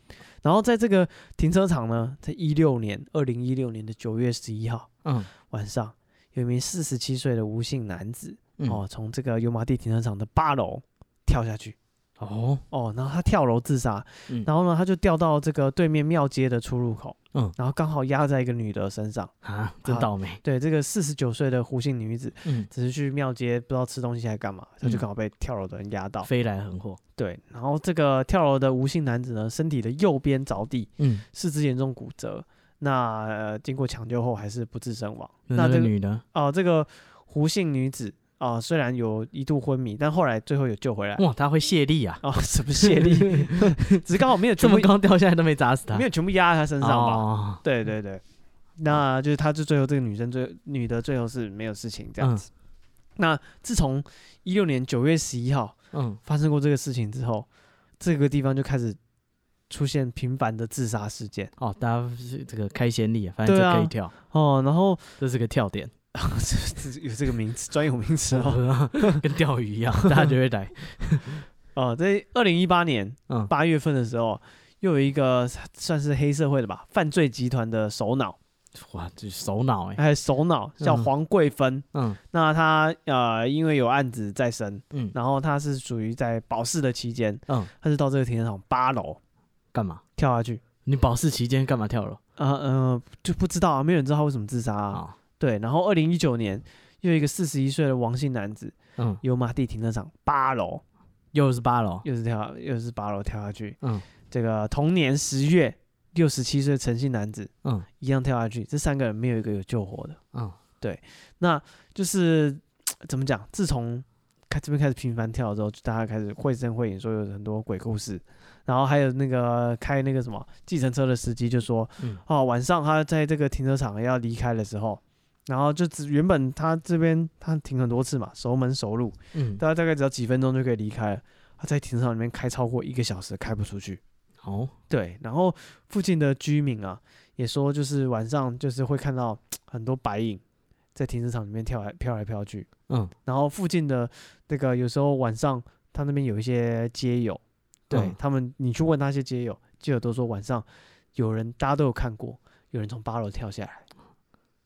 Speaker 1: 然后在这个停车场呢，在一六年，二零一六年的九月十一号
Speaker 2: 嗯
Speaker 1: 晚上，有一名四十七岁的吴姓男子、
Speaker 2: 嗯
Speaker 1: 哦，从这个油麻地停车场的八楼跳下去。
Speaker 2: 哦，
Speaker 1: 哦，然后他跳楼自杀，
Speaker 2: 嗯
Speaker 1: 然后呢，他就掉到这个对面庙街的出入口，
Speaker 2: 嗯
Speaker 1: 然后刚好压在一个女的身上。
Speaker 2: 啊，真
Speaker 1: 好
Speaker 2: 倒霉，
Speaker 1: 对，这个四十九岁的胡姓女子，
Speaker 2: 嗯，
Speaker 1: 只是去庙街不知道吃东西还干嘛，她就
Speaker 2: 嗯
Speaker 1: 刚好被跳楼的人压到。
Speaker 2: 飞来横祸，
Speaker 1: 对，然后这个跳楼的吴姓男子呢，身体的右边着地，
Speaker 2: 嗯，
Speaker 1: 四肢严重骨折。那、呃、经过抢救后还是不治身亡。
Speaker 2: 那
Speaker 1: 这个
Speaker 2: 个女的，
Speaker 1: 哦、这个胡姓女子啊、虽然有一度昏迷，但后来最后有救回来。
Speaker 2: 哇，她会卸
Speaker 1: [laughs]
Speaker 2: 力啊，
Speaker 1: 哦，什么谢力，只是刚好没有
Speaker 2: [laughs] 这
Speaker 1: 全部
Speaker 2: 么高掉下来都没砸死她，
Speaker 1: 没有全部压在她身上吧？
Speaker 2: 哦
Speaker 1: 对对对，那就是她就最后这个女生最女的最后是没有事情这样子。那自从一六年九月十一号
Speaker 2: 嗯，
Speaker 1: 发生过这个事情之后，这个地方就开始出现频繁的自杀事件
Speaker 2: 哦，大家是这个开先例啊，反正
Speaker 1: 对
Speaker 2: 就
Speaker 1: 啊
Speaker 2: 可以跳，
Speaker 1: 哦。然后
Speaker 2: 这是个跳
Speaker 1: [laughs]
Speaker 2: 点，
Speaker 1: 这这有这个名词专有名词 [laughs] 哦。
Speaker 2: 跟钓鱼一样，大家就会来， [laughs]
Speaker 1: 哦，在二零一八年
Speaker 2: 嗯
Speaker 1: 八月份的时候，又有一个算是黑社会的吧，犯罪集团的首脑，
Speaker 2: 哇，这首脑哎，
Speaker 1: 哎，首脑叫
Speaker 2: 嗯
Speaker 1: 黄桂芬。
Speaker 2: 嗯
Speaker 1: 那他呃，因为有案子在身，
Speaker 2: 嗯，
Speaker 1: 然后他是属于在保释的期间，
Speaker 2: 嗯，
Speaker 1: 他是到这个停车场八楼
Speaker 2: 干嘛？
Speaker 1: 跳下去，
Speaker 2: 你保释期间干嘛跳楼
Speaker 1: 呃呃，就不知道啊，没有人知道他为什么自杀啊。
Speaker 2: 啊？
Speaker 1: 对，然后二零一九年又有一个四十一岁的王姓男子，
Speaker 2: 嗯，
Speaker 1: 油麻地停车场八楼，
Speaker 2: 又是八楼，
Speaker 1: 又是跳，又是八楼跳下去。
Speaker 2: 嗯，
Speaker 1: 这个同年十月，六十七岁陈姓男子
Speaker 2: 嗯
Speaker 1: 一样跳下去，这三个人没有一个有救活的。
Speaker 2: 嗯
Speaker 1: 那就是怎么讲？自从开这边开始频繁跳了之后，就大家开始绘声绘影，说有很多鬼故事。然后还有那个开那个什么计程车的司机就说，
Speaker 2: 嗯
Speaker 1: 哦，晚上他在这个停车场要离开的时候，然后就只原本他这边他停很多次嘛，熟门熟路，
Speaker 2: 嗯，
Speaker 1: 大家大概只要几分钟就可以离开了。他在停车场里面开超过一个小时，开不出去。
Speaker 2: 哦，
Speaker 1: 对，然后附近的居民啊也说，就是晚上就是会看到很多白影在停车场里面跳来飘来飘去，
Speaker 2: 嗯
Speaker 1: 然后附近的那个有时候晚上他那边有一些街友，对、
Speaker 2: 嗯
Speaker 1: 他们，你去问那些街友，街友都说晚上有人大家都有看过，有人从八楼跳下来，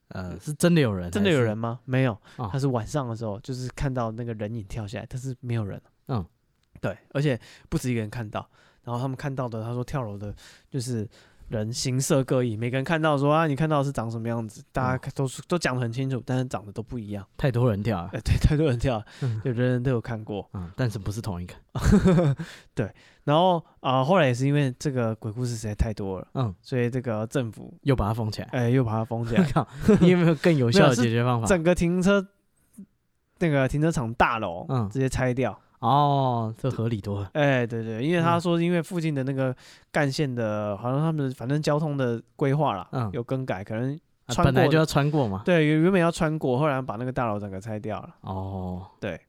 Speaker 2: 呃，是真的有人，
Speaker 1: 真的有人，吗？没有，
Speaker 2: 哦
Speaker 1: 他是晚上的时候就是看到那个人影跳下来，但是没有人。
Speaker 2: 嗯，
Speaker 1: 对，而且不止一个人看到，然后他们看到的，他说跳楼的就是人形色各异，每个人看到说啊，你看到的是长什么样子，
Speaker 2: 嗯
Speaker 1: 大家都是、都讲的很清楚，但是长得都不一样。 [laughs]
Speaker 2: 太多人跳了，
Speaker 1: 哎、对，太多人
Speaker 2: [laughs]
Speaker 1: 跳了，
Speaker 2: 嗯
Speaker 1: 就人人都有看过。
Speaker 2: 嗯，但是不是同一个，
Speaker 1: 然后啊、后来也是因为这个鬼故事实在太多了，
Speaker 2: 嗯，
Speaker 1: 所以这个政府
Speaker 2: 又把它封起来。
Speaker 1: 哎、又把它封起
Speaker 2: [laughs] 我
Speaker 1: 来，
Speaker 2: 靠，你有没有更有效的解决方法？
Speaker 1: 整个停车那个停车场大楼，
Speaker 2: 嗯
Speaker 1: 直接拆掉。
Speaker 2: 哦，这合理多了。
Speaker 1: 哎、对对，因为他
Speaker 2: 嗯
Speaker 1: 说，因为附近的那个干线的，好像他们反正交通的规划啦，
Speaker 2: 嗯
Speaker 1: 有更改，可能
Speaker 2: 啊
Speaker 1: 穿
Speaker 2: 本来
Speaker 1: 过
Speaker 2: 就要穿过嘛。
Speaker 1: 对原原本要穿过，后来把那个大楼整个拆掉了。
Speaker 2: 哦，
Speaker 1: 对，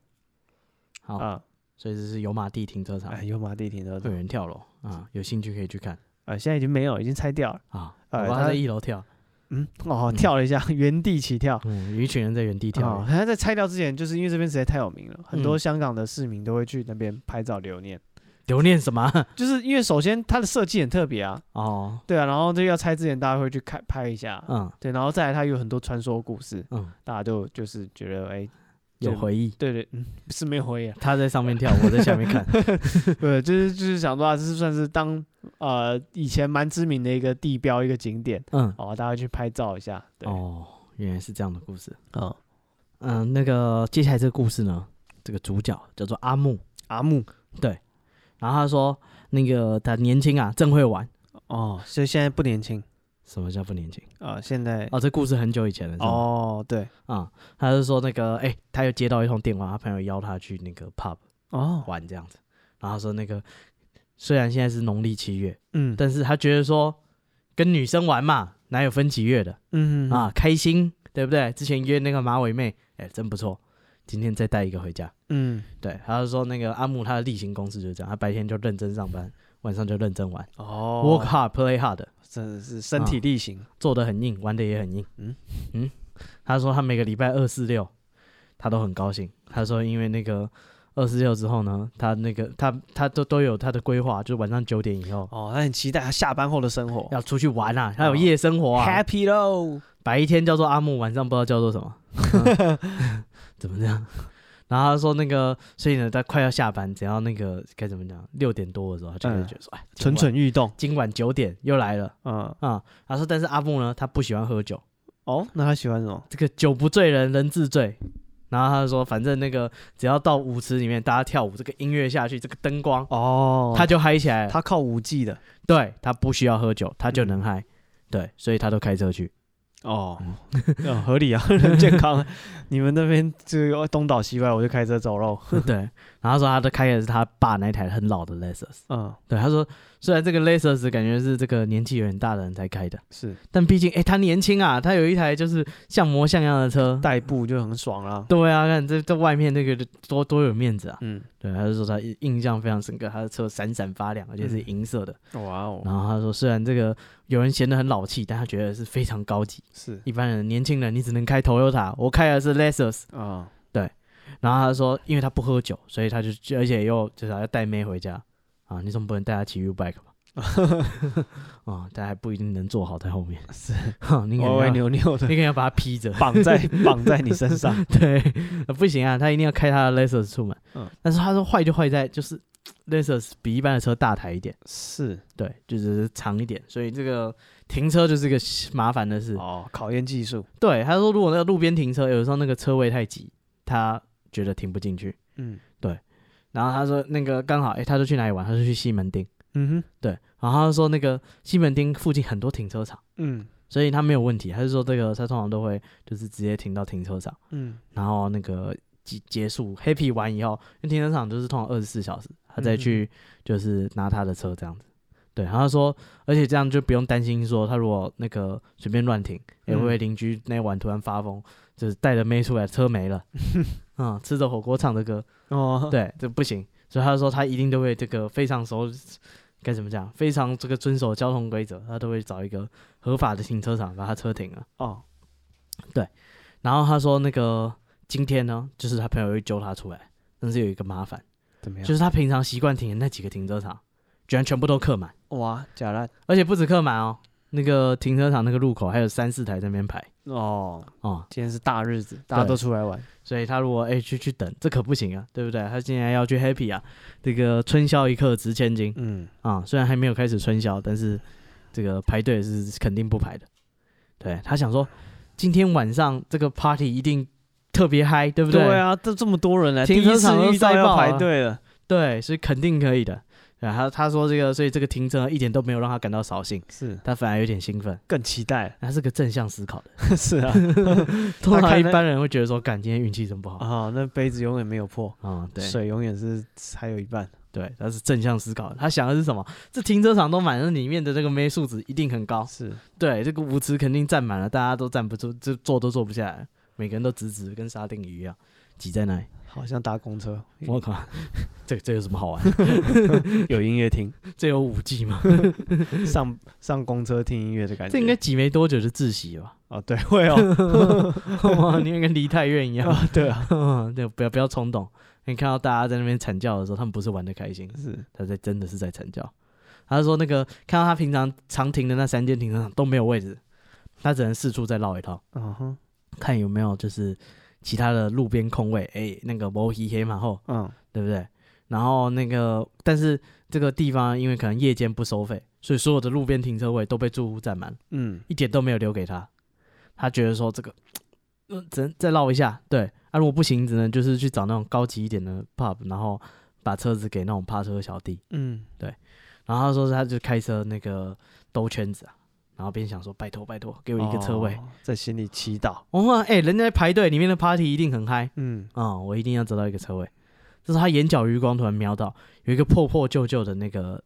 Speaker 2: 好，
Speaker 1: 啊，
Speaker 2: 所以这是油麻地停车场，
Speaker 1: 哎，油麻地停车
Speaker 2: 会
Speaker 1: 场
Speaker 2: 有，人跳楼啊，有兴趣可以去看
Speaker 1: 啊，现在已经没有，已经拆掉了。
Speaker 2: 啊。
Speaker 1: 哎
Speaker 2: 我
Speaker 1: 他
Speaker 2: 他在一楼跳，
Speaker 1: 嗯，哦，跳了一下，原地起跳。
Speaker 2: 嗯，有一群人在原地
Speaker 1: 哦
Speaker 2: 跳，，
Speaker 1: 他在拆掉之前，就是因为这边实在太有名了，很多
Speaker 2: 嗯
Speaker 1: 香港的市民都会去那边拍照留念。
Speaker 2: 留念什么？
Speaker 1: 就是因为首先它的设计很特别啊，
Speaker 2: 哦，
Speaker 1: 对啊，然后这个要拆之前大家会去看拍一下，
Speaker 2: 嗯
Speaker 1: 对，然后再来它有很多传说故事，
Speaker 2: 嗯，
Speaker 1: 大家就就是觉得哎，
Speaker 2: 有
Speaker 1: 就
Speaker 2: 回忆。
Speaker 1: 对对，嗯，是没有回忆啊，
Speaker 2: 他在上面跳，我在
Speaker 1: [laughs]
Speaker 2: 下面看。
Speaker 1: 对，就是就是想说啊，这是算是当呃以前蛮知名的一个地标一个景点
Speaker 2: 嗯，
Speaker 1: 哦，大家去拍照一下， [laughs] 对，
Speaker 2: 哦，原来是这样的故事。
Speaker 1: 嗯，
Speaker 2: 嗯，那个接下来这个故事呢，这个主角叫做阿木，
Speaker 1: 阿木
Speaker 2: 然后他说那个他年轻啊，正会玩。
Speaker 1: 哦，所以现在不年轻
Speaker 2: 什么叫不年轻？
Speaker 1: 啊、呃现在
Speaker 2: 哦，这故事很久以前了。是吗
Speaker 1: 哦，对，
Speaker 2: 啊、他就说那个，哎、他又接到一通电话，他朋友邀他去那个 pub
Speaker 1: 哦，
Speaker 2: 玩这样子，然后他说那个，虽然现在是农历七月，
Speaker 1: 嗯，
Speaker 2: 但是他觉得说跟女生玩嘛，哪有分几月的
Speaker 1: 嗯
Speaker 2: 啊，，开心，对不对？之前约那个马尾妹，哎、真不错，今天再带一个回家。
Speaker 1: 嗯，
Speaker 2: 对，他就说那个阿木他的例行公事就是这样，他白天就认真上班，晚上就认真玩、
Speaker 1: 哦
Speaker 2: w o r k hard, play hard，
Speaker 1: 真的是身体力行，
Speaker 2: 做的很硬，玩的也很硬。
Speaker 1: 嗯
Speaker 2: 嗯嗯，他说他每个礼拜二四六，他都很高兴。他说因为那个二四六之后呢，他那个他他都都有他的规划，就是晚上九点以后
Speaker 1: 哦，他很期待他下班后的生活、
Speaker 2: 要出去玩啊，他有夜生活啊。
Speaker 1: h a p p y 喽，
Speaker 2: 白天叫做阿木，晚上不知道叫做
Speaker 1: [laughs]
Speaker 2: 什么，嗯怎么这样？然后他说那个，所以呢，他快要下班，只要那个该怎么讲，六点多的时候，他就会
Speaker 1: 嗯
Speaker 2: 觉得说，哎、今
Speaker 1: 蠢
Speaker 2: 晚
Speaker 1: 蠢欲动，
Speaker 2: 今晚九点又来了
Speaker 1: 嗯，
Speaker 2: 啊、他说，但是阿木呢，他不喜欢喝酒，
Speaker 1: 哦，那他喜欢什么？
Speaker 2: 这个酒不醉人人自醉。然后他就说，反正那个只要到舞池里面，大家跳舞，这个音乐下去，这个灯光，
Speaker 1: 哦
Speaker 2: 他就嗨起来了。
Speaker 1: 他靠五 G 的，
Speaker 2: 对他不需要喝酒，他就能
Speaker 1: 嗯
Speaker 2: 嗨。对，所以他都开
Speaker 1: [laughs]
Speaker 2: 车去。
Speaker 1: 哦，嗯合理啊， [laughs] 很健康。你们那边就东倒西歪，我就开车走喽。
Speaker 2: 对，然后他说他的开的是他爸那一台很老的 Lexus。
Speaker 1: 嗯，
Speaker 2: 对，他说虽然这个 Lexus 感觉是这个年纪有点大的人才开的，
Speaker 1: 是
Speaker 2: 但毕竟哎他年轻啊，他有一台就是像模像样的车。
Speaker 1: 代步就很爽啦。
Speaker 2: 对啊，看这这外面那个多多有面子啊。
Speaker 1: 嗯，
Speaker 2: 对，他就说他印象非常深刻，他的车闪闪发亮，而且是银色的。
Speaker 1: 哇哦，
Speaker 2: 然后他说，虽然这个有人嫌得很老气，但他觉得是非常高级。
Speaker 1: 是
Speaker 2: 一般人年轻人你只能开 Toyota，我开的是 Lexus。
Speaker 1: 啊，
Speaker 2: 然后他说，因为他不喝酒，所以他就而且又就是还要带妹回家啊，你总不能带他骑 U bike 吧？ [laughs] 啊，他还不一定能坐好在后面，
Speaker 1: 是
Speaker 2: 哈你可
Speaker 1: 歪歪
Speaker 2: 能
Speaker 1: 扭
Speaker 2: 要 [laughs]
Speaker 1: 扭
Speaker 2: 你
Speaker 1: 的
Speaker 2: 可能要把他披着。 [laughs]
Speaker 1: 绑 [laughs] 在绑在你身上。
Speaker 2: 对，不行啊，他一定要开他的 Lexus 出门。
Speaker 1: 嗯
Speaker 2: 但是他说坏就坏在就是 Lexus 比一般的车大台一点，
Speaker 1: 是
Speaker 2: 对，就是长一点，所以这个停车就是个麻烦的事。
Speaker 1: 哦，考验技术。
Speaker 2: 对，他说如果那个路边停车，有时候那个车位太挤，他觉得停不进去。
Speaker 1: 嗯
Speaker 2: 然后他说那个刚好，哎、他就去哪里玩？他就去西门町。
Speaker 1: 嗯哼
Speaker 2: 对，然后他说那个西门町附近很多停车场，
Speaker 1: 嗯
Speaker 2: 所以他没有问题。他就说这个他通常都会就是直接停到停车场。
Speaker 1: 嗯
Speaker 2: 然后那个结结束 happy 完以后，因为停车场就是通常二十四小时，他再去就是拿他的车这样子。对，然后他说，而且这样就不用担心说他如果那个随便乱停，
Speaker 1: 嗯
Speaker 2: 也、会不会邻居那晚突然发疯，就是带着妹出来，车没了，嗯，吃着火锅唱着歌，
Speaker 1: 哦，
Speaker 2: 对，这不行。所以他说他一定都会这个非常熟，该怎么讲，非常这个遵守交通规则，他都会找一个合法的停车场把他车停了。
Speaker 1: 哦
Speaker 2: 然后他说那个今天呢，就是他朋友会揪他出来，但是有一个麻烦，
Speaker 1: 怎么样？
Speaker 2: 就是他平常习惯停的那几个停车场，居然全部都客满，
Speaker 1: 哇，假烂
Speaker 2: 而且不止客满哦，那个停车场那个路口还有三四台在那边排
Speaker 1: 哦，
Speaker 2: 哦、
Speaker 1: 今天是大日子，大家
Speaker 2: 对
Speaker 1: 都出来玩。
Speaker 2: 所以他如果哎去去等，这可不行啊，对不对？他现在要去 happy 啊，这个春宵一刻值千金
Speaker 1: 嗯，
Speaker 2: 啊、虽然还没有开始春宵，但是这个排队是肯定不排的。对他想说，今天晚上这个 party 一定特别嗨，对不对？
Speaker 1: 对啊，这这么多人来，
Speaker 2: 停车场
Speaker 1: 第一
Speaker 2: 都
Speaker 1: 次遇到
Speaker 2: 塞爆
Speaker 1: 要
Speaker 2: 啊
Speaker 1: 排队了。
Speaker 2: 对，所以肯定可以的。然后他说这个，所以这个停车一点都没有让他感到扫兴，
Speaker 1: 是
Speaker 2: 他反而有点兴奋。
Speaker 1: 更期待了，
Speaker 2: 他是个正向思考的
Speaker 1: [laughs]
Speaker 2: 人，
Speaker 1: 是啊，
Speaker 2: 通
Speaker 1: 他
Speaker 2: 常
Speaker 1: 看
Speaker 2: 一
Speaker 1: 那
Speaker 2: 般人会觉得说，干今天运气真不好啊、
Speaker 1: [laughs] 啊，那杯子永远没有破，
Speaker 2: 嗯对
Speaker 1: 水永远是还有一半，
Speaker 2: 对，他是正向思考的，他想的是什么？这停车场都满了，里面的这个梅素质一定很高。
Speaker 1: 是
Speaker 2: 对，这个舞池肯定站满了，大家都站不住，就坐都坐不下来，每个人都直直地跟沙丁鱼一样，挤在那里。
Speaker 1: 好像搭公车，
Speaker 2: 我靠， [laughs] 这这有什么好玩？
Speaker 1: [laughs] 有音乐厅，
Speaker 2: [laughs] 这有五 G 吗？
Speaker 1: 上上公车听音乐的感觉。
Speaker 2: 这应该挤没多久就窒息了吧？
Speaker 1: 哦，对，会
Speaker 2: [laughs]
Speaker 1: 哦，
Speaker 2: 哇，你跟梨泰院一样。
Speaker 1: 啊 [laughs] 对啊，
Speaker 2: [laughs] 对，不要不要冲动。你看到大家在那边惨叫的时候，他们不是玩的开心，
Speaker 1: 是
Speaker 2: 他在真的是在惨叫。他说那个看到他平常常停的那三间停车场都没有位置，他只能四处再绕一趟，
Speaker 1: 嗯哼，
Speaker 2: 看有没有就是其他的路边空位。哎、那个摩西黑马后，
Speaker 1: 嗯，
Speaker 2: 对不对？然后那个，但是这个地方因为可能夜间不收费，所以所有的路边停车位都被住户占满，
Speaker 1: 嗯，
Speaker 2: 一点都没有留给他。他觉得说这个，呃只能再绕一下。对，啊，如果不行，只能就是去找那种高级一点的 pub，然后把车子给那种趴车小弟。
Speaker 1: 嗯，
Speaker 2: 然后他说他就开车那个兜圈子啊，然后边想说拜托拜托，给我一个车位。
Speaker 1: 哦在心里祈祷，
Speaker 2: 我说哎，人家在排队，里面的 party 一定很嗨
Speaker 1: 嗯，
Speaker 2: 啊、嗯我一定要找到一个车位。这时候他眼角余光突然瞄到有一个破破旧旧的那个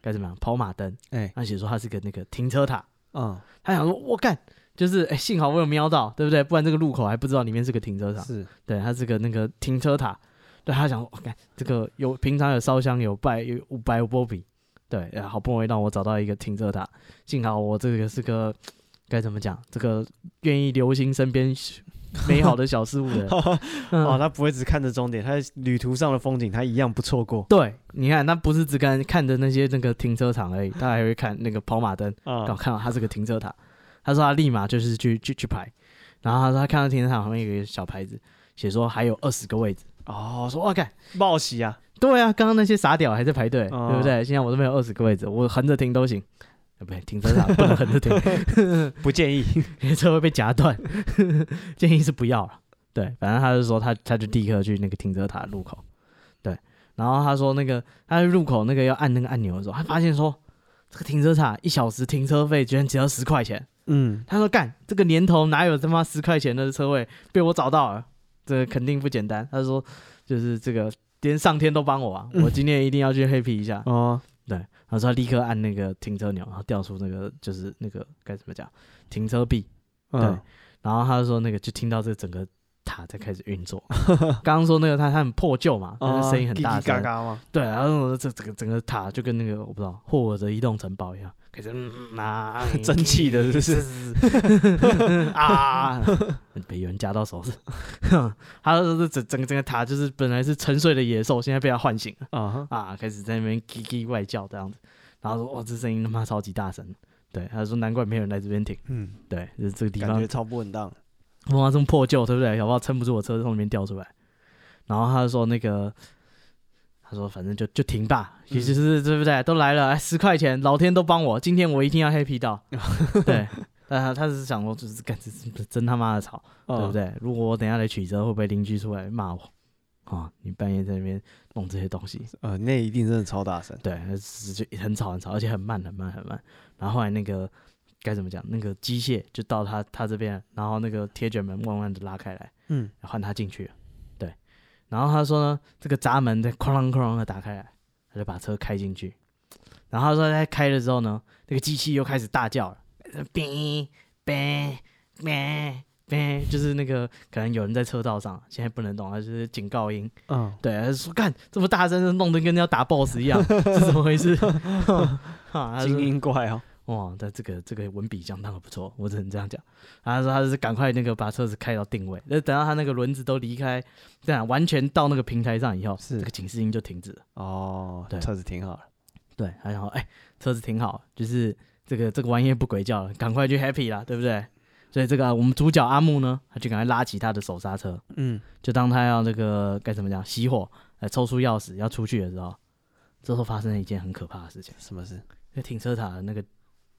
Speaker 2: 该怎么样跑马灯，
Speaker 1: 哎，
Speaker 2: 他写说它是个那个停车塔，
Speaker 1: 嗯，
Speaker 2: 他想说我干。就是哎，幸好我有瞄到，对不对？不然这个路口还不知道里面是个停车场。
Speaker 1: 是，。
Speaker 2: 对，它是个那个停车塔。对他想，我、看这个有平常有烧香，有拜有五百波比，对，呃好不容易让我找到一个停车塔，幸好我这个是个该怎么讲，这个愿意留心身边美好的小事物的人
Speaker 1: [laughs] 哦，
Speaker 2: 嗯
Speaker 1: 他不会只看着终点，他旅途上的风景他一样不错过
Speaker 2: 对，你看，他不是只看看着那些那个停车场而已，他还会看那个跑马灯，
Speaker 1: 啊
Speaker 2: 刚好看到它是个停车塔，他说他立马就是去去去排，然后他说他看到停车场旁边有一个小牌子，写说还有二十个位置，
Speaker 1: 哦，
Speaker 2: 我说哇，看
Speaker 1: 报喜啊，
Speaker 2: 对啊，刚刚那些傻屌还在排队，
Speaker 1: 哦
Speaker 2: 对不对？现在我这边有二十个位置，我横着停都行。啊，不对，停车场不能横着停， [laughs]
Speaker 1: 不建议，
Speaker 2: 因为车会被夹断。 [laughs] 建议是不要了。对，反正他就说他他就立刻去那个停车塔入口，对，然后他说那个他入口那个要按那个按钮的时候，他发现说这个停车塔一小时停车费居然只要十块钱。
Speaker 1: 嗯，
Speaker 2: 他说干这个年头哪有他妈十块钱的车位被我找到了，这个肯定不简单。他说就是这个连上天都帮我啊，
Speaker 1: 嗯
Speaker 2: 我今天一定要去 happy 一下。
Speaker 1: 哦，
Speaker 2: 对，然后说他立刻按那个停车钮，然后调出那个就是那个该怎么讲停车币，
Speaker 1: 嗯，
Speaker 2: 然后他就说那个就听到这整个塔在开始
Speaker 1: [laughs]
Speaker 2: 运作。刚刚说那个他他很破旧嘛，但是声音很大
Speaker 1: 哦叽叽嘎
Speaker 2: 声，
Speaker 1: 嘎嘛，
Speaker 2: 对，然后这整个整个塔就跟那个我不知道霍尔的移动城堡一样，开始嗯
Speaker 1: [laughs]
Speaker 2: 啊
Speaker 1: 蒸汽的是不是？
Speaker 2: 啊， [laughs] 被有人夹到手是， [laughs] 他说这整整个整个塔就是本来是沉睡的野兽，现在被他唤醒了
Speaker 1: 啊哈，
Speaker 2: 啊，开始在那边叽叽外叫这样子，然后说哦哇这声音他妈超级大声，对，他说难怪没有人来这边停，
Speaker 1: 嗯，
Speaker 2: 对，就是这个地
Speaker 1: 感
Speaker 2: 方
Speaker 1: 觉超不稳当，
Speaker 2: 哇这么破旧对不对？搞不好撑不住我车从里面掉出来，然后他就说那个。他说：“反正就就停吧，也就是对不对？都来了，哎，十块钱，老天都帮我，今天我一定要 happy 到。对，但他他是想说，就是干这这真他妈的吵。对不
Speaker 1: 嗯？
Speaker 2: 对？如果我等一下来取车，会不会邻居出来骂我？啊，你半夜在那边弄这些东西，
Speaker 1: 呃，那一定真的超大声，
Speaker 2: 对，是就很吵很吵，而且很慢很慢很慢。然后后来那个该怎么讲？那个机械就到他他这边，然后那个铁卷门慢慢的拉开来，
Speaker 1: 嗯，
Speaker 2: 换他进去了对，然后他说呢，这个闸门在哐啷哐啷的打开来，他就把车开进去。然后他说他开了之后呢，那个机器又开始大叫了，哔哔哔哔，就是那个可能有人在车道上，现在不能动，它就是警告音。
Speaker 1: 嗯，
Speaker 2: 对，他就说干这么大声，弄得跟要打 BOSS 一样，是怎么回事？ [laughs] 啊，他说
Speaker 1: 精英怪哦，
Speaker 2: 哇，但这个这个文笔相当的不错，我只能这样讲。然后他说他就是赶快那个把车子开到定位，那等到他那个轮子都离开，这样完全到那个平台上以后，
Speaker 1: 是
Speaker 2: 这个警示音就停止了。
Speaker 1: 哦，
Speaker 2: 对
Speaker 1: 车子停好了，
Speaker 2: 对，然后哎、车子停好，就是这个这个玩意儿不鬼叫了，赶快去 happy 啦，对不对？所以这个我们主角阿木呢，他就赶快拉起他的手刹车，
Speaker 1: 嗯，
Speaker 2: 就当他要那个该怎么讲熄火，哎，抽出钥匙要出去的时候，这时候发生了一件很可怕的事情，
Speaker 1: 什么事？
Speaker 2: 那停车塔的那个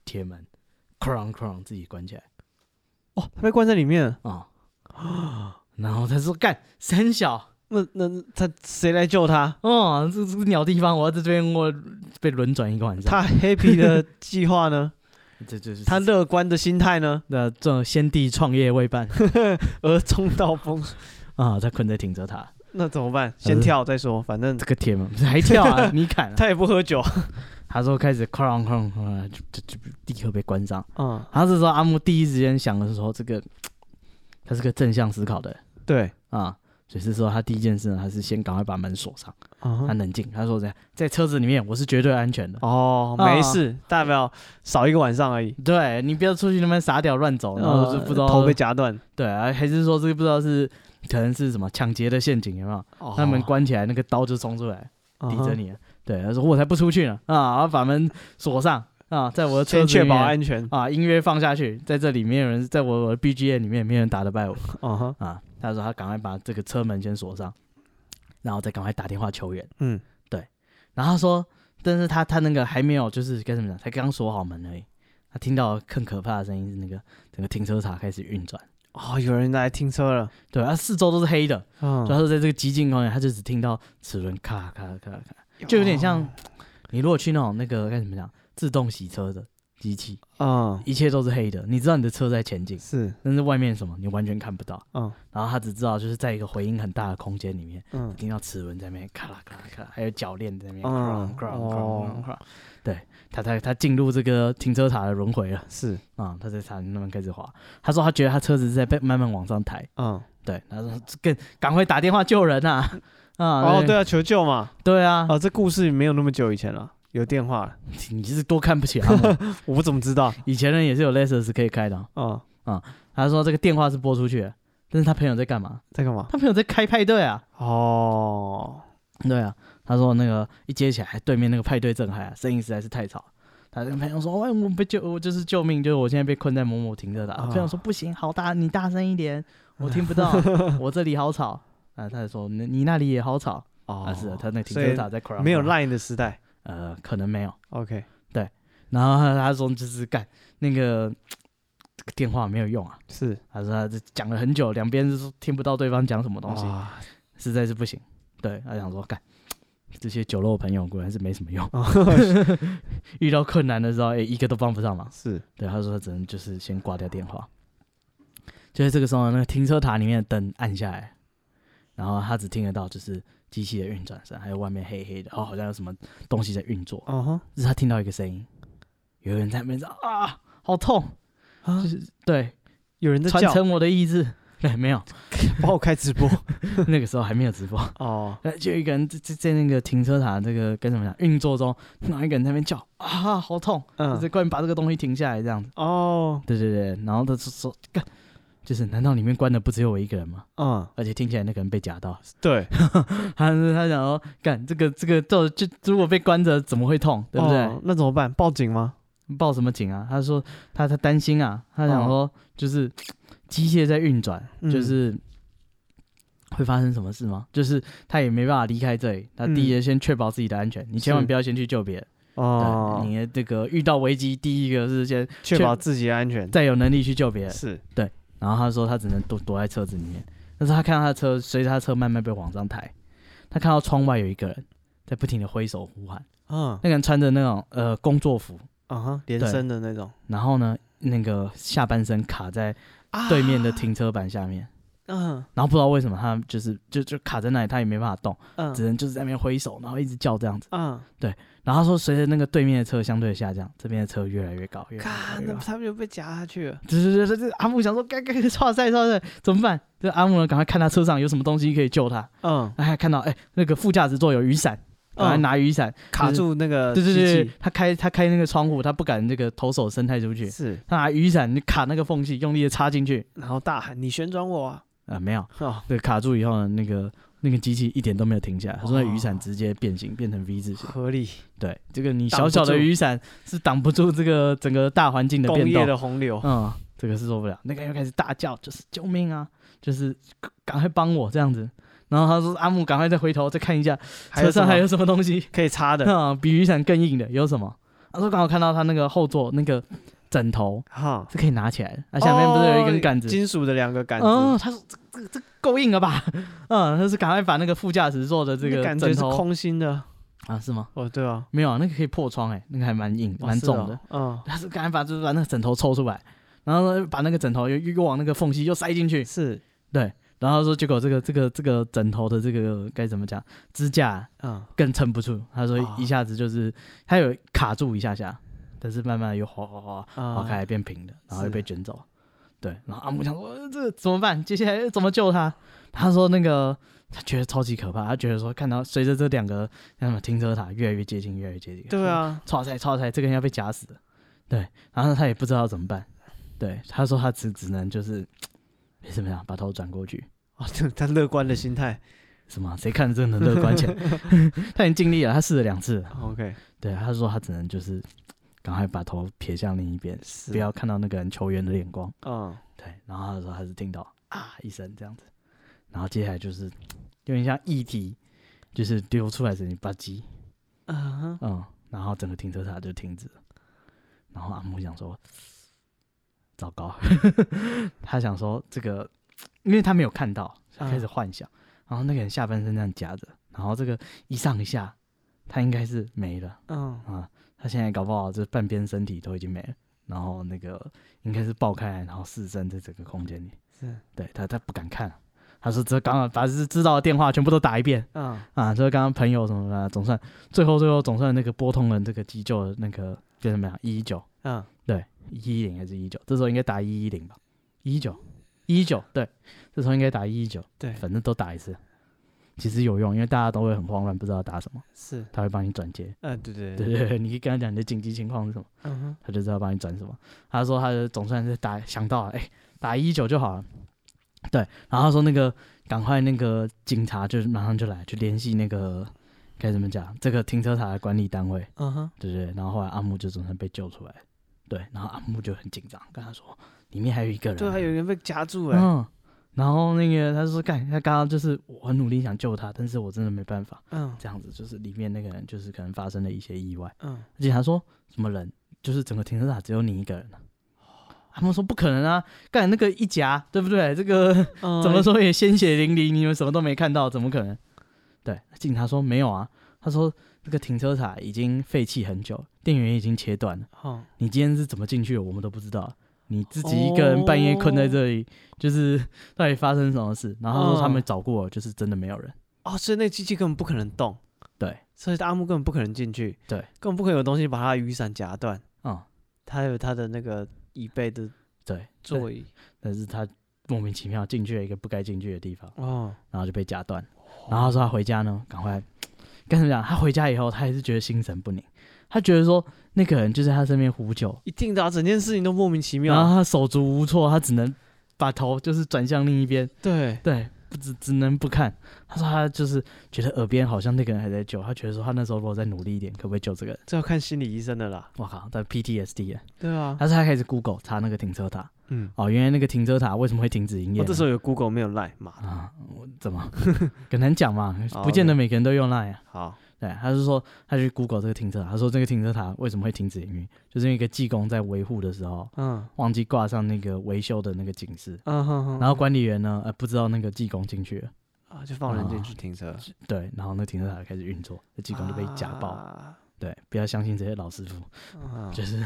Speaker 2: 铁门，哐哐自己关起来。
Speaker 1: 哦，他被关在里面了，
Speaker 2: 啊、 [gasps] 然后他说干三小
Speaker 1: 那那那他谁来救他？
Speaker 2: 哦，这这个鸟地方，我要在这边我被轮转一个晚上。
Speaker 1: 他 happy 的计划 [laughs] 呢？
Speaker 2: 这就是
Speaker 1: 他乐观的心态呢？
Speaker 2: 那呃这先帝创业未 [laughs] 半
Speaker 1: [laughs] 而中到风，
Speaker 2: 啊，他困在停车塔，
Speaker 1: [laughs] 那怎么办？呃先跳再说，反正
Speaker 2: 这个铁门还跳 [laughs] 啊，你砍、啊。
Speaker 1: 他也不喝酒。
Speaker 2: 他说开始哐哐哐，就就就立刻被关上。
Speaker 1: 嗯，
Speaker 2: 然后这时候阿木第一时间想的是说，这个他是个正向思考的人
Speaker 1: 对，
Speaker 2: 啊，水师说他第一件事呢，他是先赶快把门锁上，
Speaker 1: 嗯
Speaker 2: 他
Speaker 1: 哼
Speaker 2: 冷静，他说怎样，在车子里面我是绝对安全的。
Speaker 1: 哦，
Speaker 2: 啊
Speaker 1: 没事，大不了少一个晚上而已。
Speaker 2: 对你不要哦出去那边傻屌乱走，然后就不知道、
Speaker 1: 呃头被夹断，
Speaker 2: 对啊，还是说这个不知道是可能是什么抢劫的陷阱有没
Speaker 1: 哦
Speaker 2: 有？他们关起来，那个刀就冲出来
Speaker 1: 啊
Speaker 2: 抵着
Speaker 1: 嗯
Speaker 2: 你了。啊对，他说我才不出去呢啊，然后把门锁上啊，在我的
Speaker 1: 嗯哼，先
Speaker 2: 车子
Speaker 1: 确
Speaker 2: 里
Speaker 1: 保
Speaker 2: 面
Speaker 1: 安全。
Speaker 2: 啊，音乐放下去，在这里没有人，在我我的 BGM 里面没有人打得败我
Speaker 1: 嗯哼，
Speaker 2: 啊。他说他赶快把这个车门先锁上，然后再赶快打电话求援。
Speaker 1: 嗯，
Speaker 2: 然后他说，但是他他那个还没有，就是该怎么讲，才刚锁好门而已。他听到更可怕的声音是那个整个停车场开始运转，
Speaker 1: 哦，有人来停车了。
Speaker 2: 对，啊，四周都是黑的，
Speaker 1: 嗯
Speaker 2: 所以他说在这个极静公园，他就只听到齿轮咔咔咔咔，就有点像你如果去那种那个该怎么讲自动洗车的机器，
Speaker 1: 哦，嗯，
Speaker 2: 一切都是黑的，你知道你的车在前进，
Speaker 1: 是，
Speaker 2: 但是外面什么你完全看不到。
Speaker 1: 嗯
Speaker 2: 然后他只知道就是在一个回音很大的空间里面，
Speaker 1: 嗯，
Speaker 2: 听到齿轮在那边咔啦咔啦咔啦，还有铰链在那边
Speaker 1: 嗯
Speaker 2: 哐哐
Speaker 1: 哦
Speaker 2: 哐哐。对他，他他进入这个停车塔的轮回了
Speaker 1: 是，
Speaker 2: 啊、他在塔那边开始滑。他说他觉得他车子是在被慢慢往上抬，
Speaker 1: 嗯，
Speaker 2: 对，他说更赶快打电话救人啊！啊，
Speaker 1: 哦，对啊，求救嘛。
Speaker 2: 对啊，
Speaker 1: 哦，这故事没有那么久以前了，有电话了，
Speaker 2: 你是多看不起他们。
Speaker 1: 我不怎么知道。
Speaker 2: 以前人也是有 Lexus 可以开的哦、
Speaker 1: 嗯，
Speaker 2: 他说这个电话是拨出去的，但是他朋友在干嘛？
Speaker 1: 在干嘛？
Speaker 2: 他朋友在开派对啊。
Speaker 1: 哦，
Speaker 2: 对啊，他说那个一接起来，对面那个派对震撼、啊，声音实在是太吵。他跟朋友说：“哎，我被救，我就是救命，就是我现在被困在某某停车场。
Speaker 1: 啊
Speaker 2: 朋友说：“不行，好大，你大声一点，我听
Speaker 1: [laughs]
Speaker 2: 不到，我这里好吵。”啊，他就说：“你你那里也好吵。”啊，
Speaker 1: 哦，
Speaker 2: 是的，他那个停
Speaker 1: 所
Speaker 2: 车
Speaker 1: 以
Speaker 2: 场在 c r
Speaker 1: 没有 Line 的时代。
Speaker 2: 呃，可能没有。
Speaker 1: OK，
Speaker 2: 然后他他说就是干那个这个电话没有用啊，
Speaker 1: 是
Speaker 2: 他说他这讲了很久，两边都听不到对方讲什么东西，
Speaker 1: 哇
Speaker 2: [laughs] 实在是不行。对，他想说干，这些酒肉朋友果然是没什么用，
Speaker 1: 哦
Speaker 2: 遇到困难的时候，哎、一个都帮不上忙。
Speaker 1: 是，
Speaker 2: 对，他说他只能就是先挂掉电话。就是这个时候，那个停车塔里面的灯暗下来，然后他只听得到就是机器的运转声，还有外面黑黑的，哦，好像有什么东西在运作。
Speaker 1: 嗯哼，
Speaker 2: 就是他听到一个声音，有人在那边说啊，好痛，
Speaker 1: 啊
Speaker 2: 就是对，
Speaker 1: 有人在
Speaker 2: 传
Speaker 1: 叫，
Speaker 2: 承我的意
Speaker 1: [laughs]
Speaker 2: 志。对，没有，
Speaker 1: 帮我开直
Speaker 2: [laughs]
Speaker 1: 播。
Speaker 2: 那个时候还没有直播，
Speaker 1: 哦，
Speaker 2: 呃就有一个人在在在那个停车场这个跟什么讲运作中，然后一个人在那边叫啊，好痛，就是
Speaker 1: 嗯，
Speaker 2: 快点 [laughs] 把这个东西停下来这样子。
Speaker 1: 哦，
Speaker 2: 对对对，然后他就说，干，就是难道里面关的不只有我一个人吗？
Speaker 1: 嗯，
Speaker 2: 而且听起来那个人被夹到， [laughs]
Speaker 1: 对，
Speaker 2: 他他想说，干这个这个就就如果被关着怎么会痛，对不对？
Speaker 1: 哦那怎么办？报警吗？
Speaker 2: 报什么警啊？他说他他担心啊，他想说就是机械在运转，
Speaker 1: 哦嗯
Speaker 2: 就是会发生什么事吗？就是他也没办法离开这里。他
Speaker 1: 嗯
Speaker 2: 第一先确保自己的安全，你千万不要先去救别人。
Speaker 1: 哦
Speaker 2: 对，，你的这个遇到危机，第一个是先
Speaker 1: 确保自己的安全。
Speaker 2: 再有能力去救别人。
Speaker 1: 是，
Speaker 2: 然后他说他只能躲躲在车子里面，但是他看到他的车随着他的车慢慢被往上抬，他看到窗外有一个人在不停的挥手呼喊，
Speaker 1: 嗯，
Speaker 2: 那个人穿着那种呃工作服，
Speaker 1: 嗯哼，连
Speaker 2: 对
Speaker 1: 身的那种。
Speaker 2: 然后呢，那个下半身卡在
Speaker 1: 啊
Speaker 2: 对面的，停车板下面，
Speaker 1: 嗯
Speaker 2: 然后不知道为什么他就是就就卡在那里，他也没办法动，
Speaker 1: 嗯
Speaker 2: 只能就是在那边挥手，然后一直叫这样子。
Speaker 1: 嗯，
Speaker 2: 然后他说，随着那个对面的车相对的下降，这边的车越来越高，越来
Speaker 1: 看
Speaker 2: 越，高
Speaker 1: 那
Speaker 2: 越高。
Speaker 1: 他们就被夹下去了。
Speaker 2: 这这这这阿木想说，该该该，哇塞哇塞，怎么办？这阿木呢，赶快看他车上有什么东西可以救他。
Speaker 1: 嗯，
Speaker 2: 哎，看到哎，那个副驾驶座有雨伞，赶快
Speaker 1: 嗯
Speaker 2: 拿雨伞。
Speaker 1: 卡住那个
Speaker 2: 对对
Speaker 1: 机
Speaker 2: 对
Speaker 1: 器，，
Speaker 2: 他开他开那个窗户，他不敢这个投手伸太出去，
Speaker 1: 是，
Speaker 2: 他拿雨伞就卡那个缝隙，用力的插进去。
Speaker 1: 然后大喊你旋转我啊！
Speaker 2: 啊，没有，
Speaker 1: 哦，
Speaker 2: 对，卡住以后呢，那个那个机器一点都没有停下来，他说那
Speaker 1: 哦
Speaker 2: 雨伞直接变形，变成 V 字形。
Speaker 1: 合理，
Speaker 2: 对，这个你
Speaker 1: 挡
Speaker 2: 小小
Speaker 1: 不
Speaker 2: 的
Speaker 1: 住
Speaker 2: 雨伞是挡不住这个整个大环境的
Speaker 1: 工
Speaker 2: 变
Speaker 1: 业
Speaker 2: 动。
Speaker 1: 的洪流。
Speaker 2: 嗯，这个是受不了。那个人又开始大叫，就是救命啊，就是赶快帮我这样子。然后他说阿木，赶快再回头再看一下
Speaker 1: 还有
Speaker 2: 车上
Speaker 1: 什么
Speaker 2: 还有什么东西。
Speaker 1: 可以擦的，
Speaker 2: 啊、比雨伞更硬的有什么？ [laughs] 他说刚好看到他那个后座那个枕头
Speaker 1: 哈，
Speaker 2: 是可以拿起来的，那、啊下面不是有一根杆子？
Speaker 1: 哦金属的两个杆子，
Speaker 2: 嗯，他说这这这够硬了吧？ [laughs] 嗯，他是赶快把那个副驾驶座的这
Speaker 1: 那
Speaker 2: 个
Speaker 1: 感觉
Speaker 2: 枕
Speaker 1: 是
Speaker 2: 头
Speaker 1: 空心的。
Speaker 2: 啊，是吗？
Speaker 1: 哦，对啊，
Speaker 2: 没有啊，那个可以破窗哎、那个还蛮硬
Speaker 1: 哦
Speaker 2: 蛮重的。，
Speaker 1: 是哦
Speaker 2: 他是赶快把就是把那个枕头抽出来，然后呢把那个枕头又又又往那个缝隙又塞进去
Speaker 1: 嗯，，是，
Speaker 2: 然后说结果这个这个这个枕头的这个该怎么讲支架
Speaker 1: 嗯，
Speaker 2: 更撑不住，他说
Speaker 1: 哦
Speaker 2: 一下子就是他有卡住一下下，但是慢慢地又哗哗哗
Speaker 1: 啊
Speaker 2: 划开来变平的，然后又
Speaker 1: 是
Speaker 2: 被卷走。对，然后阿木想说、呃这怎么办？接下来怎么救他？他说那个他觉得超级可怕，他觉得说看到随着这两个那什么停车塔越来越接近，越来越接近，
Speaker 1: 对，啊，
Speaker 2: 超塞超塞，这个人要被夹死了对，然后他也不知道怎么办，对，他说他只只能就是没什么呀，把头转过去。
Speaker 1: 哦，这他乐观的心态。
Speaker 2: 什么？啊谁看这能乐观起来？ [laughs] 他已经尽力了，他试了两次了。
Speaker 1: OK，
Speaker 2: 对，他说他只能就是赶快把头撇向另一边，
Speaker 1: 是
Speaker 2: 不要看到那个人球员的眼光。
Speaker 1: 嗯，
Speaker 2: 对，然后他说他是听到啊一声这样子，然后接下来就是有点像液体，就是丢出来的你吧唧，
Speaker 1: 啊哈，
Speaker 2: 嗯，然后整个停车场就停止了。然后阿木想说，糟糕， [laughs] 他想说这个，因为他没有看到，他开始幻想。然后那个人下半身这样夹着，然后这个一上一下，他应该是没了
Speaker 1: 嗯，
Speaker 2: 啊。他现在搞不好这半边身体都已经没了，然后那个应该是爆开来，然后四散在整个空间里。
Speaker 1: 是，
Speaker 2: 对他，他不敢看。他说：“这刚好把知道的电话全部都打一遍，
Speaker 1: 嗯，
Speaker 2: 啊，就是刚刚朋友什么的，总算最后最后总算那个拨通了这个急救的那个叫什么呀？一一九
Speaker 1: 嗯，
Speaker 2: 一一零还是一九？这时候应该打一一零吧？一九一九对，这时候应该打一一九，
Speaker 1: 对
Speaker 2: 反正都打一次，其实有用，因为大家都会很慌乱，不知道打什么，
Speaker 1: 是，
Speaker 2: 他会帮你转接。 [laughs]
Speaker 1: 呃，对对
Speaker 2: 对，对对，你可以跟他讲你的紧急情况是什么，
Speaker 1: 嗯哼，
Speaker 2: 他就知道帮你转什么。他说他总算是打想到了，哎、打一一九就好了。对，然后他说那个赶快那个警察就是马上就来，就联系那个该怎么讲这个停车场的管理单位，
Speaker 1: 嗯哼，
Speaker 2: 对对对。然后后来阿木就总算被救出来，对，然后阿木就很紧张，跟他说里面还有一个人，
Speaker 1: 对，还有人被夹住哎，
Speaker 2: 嗯。然后那个他就说干，他刚刚就是我很努力想救他，但是我真的没办法，
Speaker 1: 嗯
Speaker 2: 这样子就是里面那个人就是可能发生了一些意外。
Speaker 1: 嗯，
Speaker 2: 而且他说什么人，就是整个停车场只有你一个人、啊。他们说不可能啊，干那个一夹，对不对？这个
Speaker 1: 嗯
Speaker 2: [laughs] [laughs] 怎么？说也鲜血淋漓，你们什么都没看到，怎么可能？对，警察说没有啊，他说这个停车塔已经废弃很久，电源已经切断了，
Speaker 1: 哎好，
Speaker 2: 你今天是怎么进去的，我们都不知道。你自己一个人半夜困在这里，就是 [laughs] 到底发生什么事？然后他说他们找过，就是真的没有人。
Speaker 1: 哦，所以那机器根本不可能动，
Speaker 2: 对，
Speaker 1: 所以阿木根本不可能进去，
Speaker 2: 对
Speaker 1: 根本不可能有东西把他的雨伞夹断，
Speaker 2: 嗯，
Speaker 1: 他有他的那个椅背的
Speaker 2: 对，
Speaker 1: 座椅，
Speaker 2: 但是他莫名其妙进去了一个不该进去的地方。
Speaker 1: 哦，
Speaker 2: 然后就被夹断。然后他说他回家呢，赶快跟他们讲，他回家以后，他还是觉得心神不宁，他觉得说那个人就在他身边呼救，
Speaker 1: 一定的啊，整件事情都莫名其
Speaker 2: 然
Speaker 1: 妙，
Speaker 2: 后他手足无措，他只能把头就是转向另一边，
Speaker 1: 对，
Speaker 2: 对，不只只能不看。他说他就是觉得耳边好像那个人还在救，他觉得说他那时候如果再努力一点，可不可以救这个人？
Speaker 1: 这要看心理医生的啦，
Speaker 2: 我靠，他 PTSD 耶！
Speaker 1: 对啊，
Speaker 2: 他是他开始 Google 查那个停车塔，
Speaker 1: 嗯，
Speaker 2: 哦，原来那个停车塔为什么会停止营业
Speaker 1: 我
Speaker 2: 呢？
Speaker 1: 哦这时候有 Google 没有 Line，妈的，
Speaker 2: 啊，我怎么 [laughs] 很难讲
Speaker 1: [laughs]
Speaker 2: 嘛，
Speaker 1: 好
Speaker 2: 不见得
Speaker 1: OK
Speaker 2: 每个人都用 Line 啊。
Speaker 1: 好，
Speaker 2: 对，他就说他去 Google 这个停车塔，他说这个停车塔为什么会停止营运，就是因为一个技工在维护的时候
Speaker 1: 嗯
Speaker 2: 忘记挂上那个维修的那个警示，
Speaker 1: 嗯哼哼，
Speaker 2: 然后管理员呢呃不知道那个技工进去了，
Speaker 1: 啊就放人进去停车，
Speaker 2: 对，然后那停车塔开始运作，那技工就被夹爆，
Speaker 1: 啊
Speaker 2: 对，不要相信这些老师傅，
Speaker 1: 嗯
Speaker 2: 就是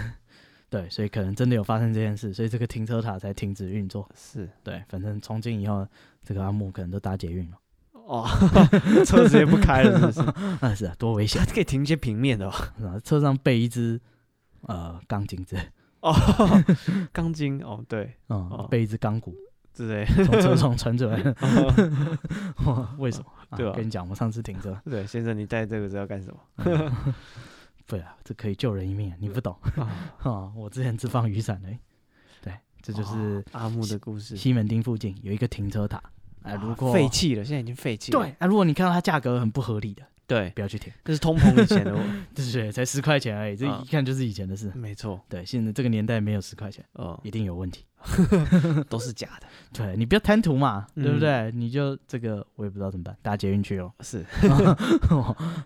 Speaker 2: 对，所以可能真的有发生这件事，所以这个停车塔才停止运作，
Speaker 1: 是
Speaker 2: 对，反正从今以后这个阿木可能都搭捷运了， [laughs]
Speaker 1: 哦，车直接不开了，是不是？
Speaker 2: 啊是啊，多危险， [laughs]
Speaker 1: 它可以停一些平面的哦，
Speaker 2: 然后车上备一支呃钢筋子，
Speaker 1: [laughs] 哦，钢筋哦，对，
Speaker 2: 嗯
Speaker 1: 哦，
Speaker 2: 备一支钢骨。
Speaker 1: 之类，[laughs]
Speaker 2: 从车上传出来。
Speaker 1: 哦
Speaker 2: 哇为什么？
Speaker 1: 对啊
Speaker 2: 跟你讲，我上次停车，
Speaker 1: [laughs] 对，先生，你带这个是要干什么？
Speaker 2: 对啊，这可以救人一命啊，你不懂
Speaker 1: 啊
Speaker 2: 啊。我之前只放雨伞而已。对，这就是
Speaker 1: 哦阿木的故事，
Speaker 2: 西门町附近有一个停车塔。
Speaker 1: 啊
Speaker 2: 哎，如果
Speaker 1: 废弃了，现在已经废弃了。
Speaker 2: 对，啊，如果你看到它价格很不合理的，
Speaker 1: 对，
Speaker 2: 不要去停，
Speaker 1: 这是通膨以前的我， [laughs]
Speaker 2: 对对对，才十块钱而已，这
Speaker 1: 啊
Speaker 2: 一看就是以前的事。
Speaker 1: 没错，
Speaker 2: 对，现在这个年代没有十块钱，
Speaker 1: 嗯，
Speaker 2: 一定有问题。
Speaker 1: 都是假的，
Speaker 2: 对你不要贪图嘛，对不
Speaker 1: 嗯
Speaker 2: 对？你就这个我也不知道怎么办，搭捷运去哦，
Speaker 1: [laughs]
Speaker 2: [laughs]
Speaker 1: 是。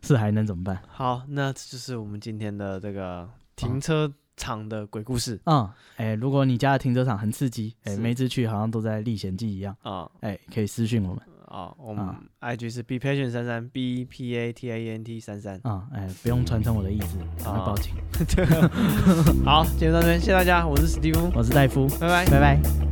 Speaker 2: 是还能怎么办？
Speaker 1: 好，那这就是我们今天的这个停车场的鬼故事
Speaker 2: 嗯，哎、如果你家的停车场很刺激，哎、
Speaker 1: 是
Speaker 2: 每次去好像都在历险记一样，
Speaker 1: 啊
Speaker 2: 哎、可以私讯我们
Speaker 1: 啊，我们
Speaker 2: 啊
Speaker 1: IG 是 be patient 三三 b E p a t a n t 三 [laughs] 三。
Speaker 2: 啊，哎、不用传成我的意志，赶快报警。
Speaker 1: 好，节目到这边，谢谢大家，我是史蒂夫，
Speaker 2: 我是戴夫，
Speaker 1: 拜拜。
Speaker 2: 拜拜。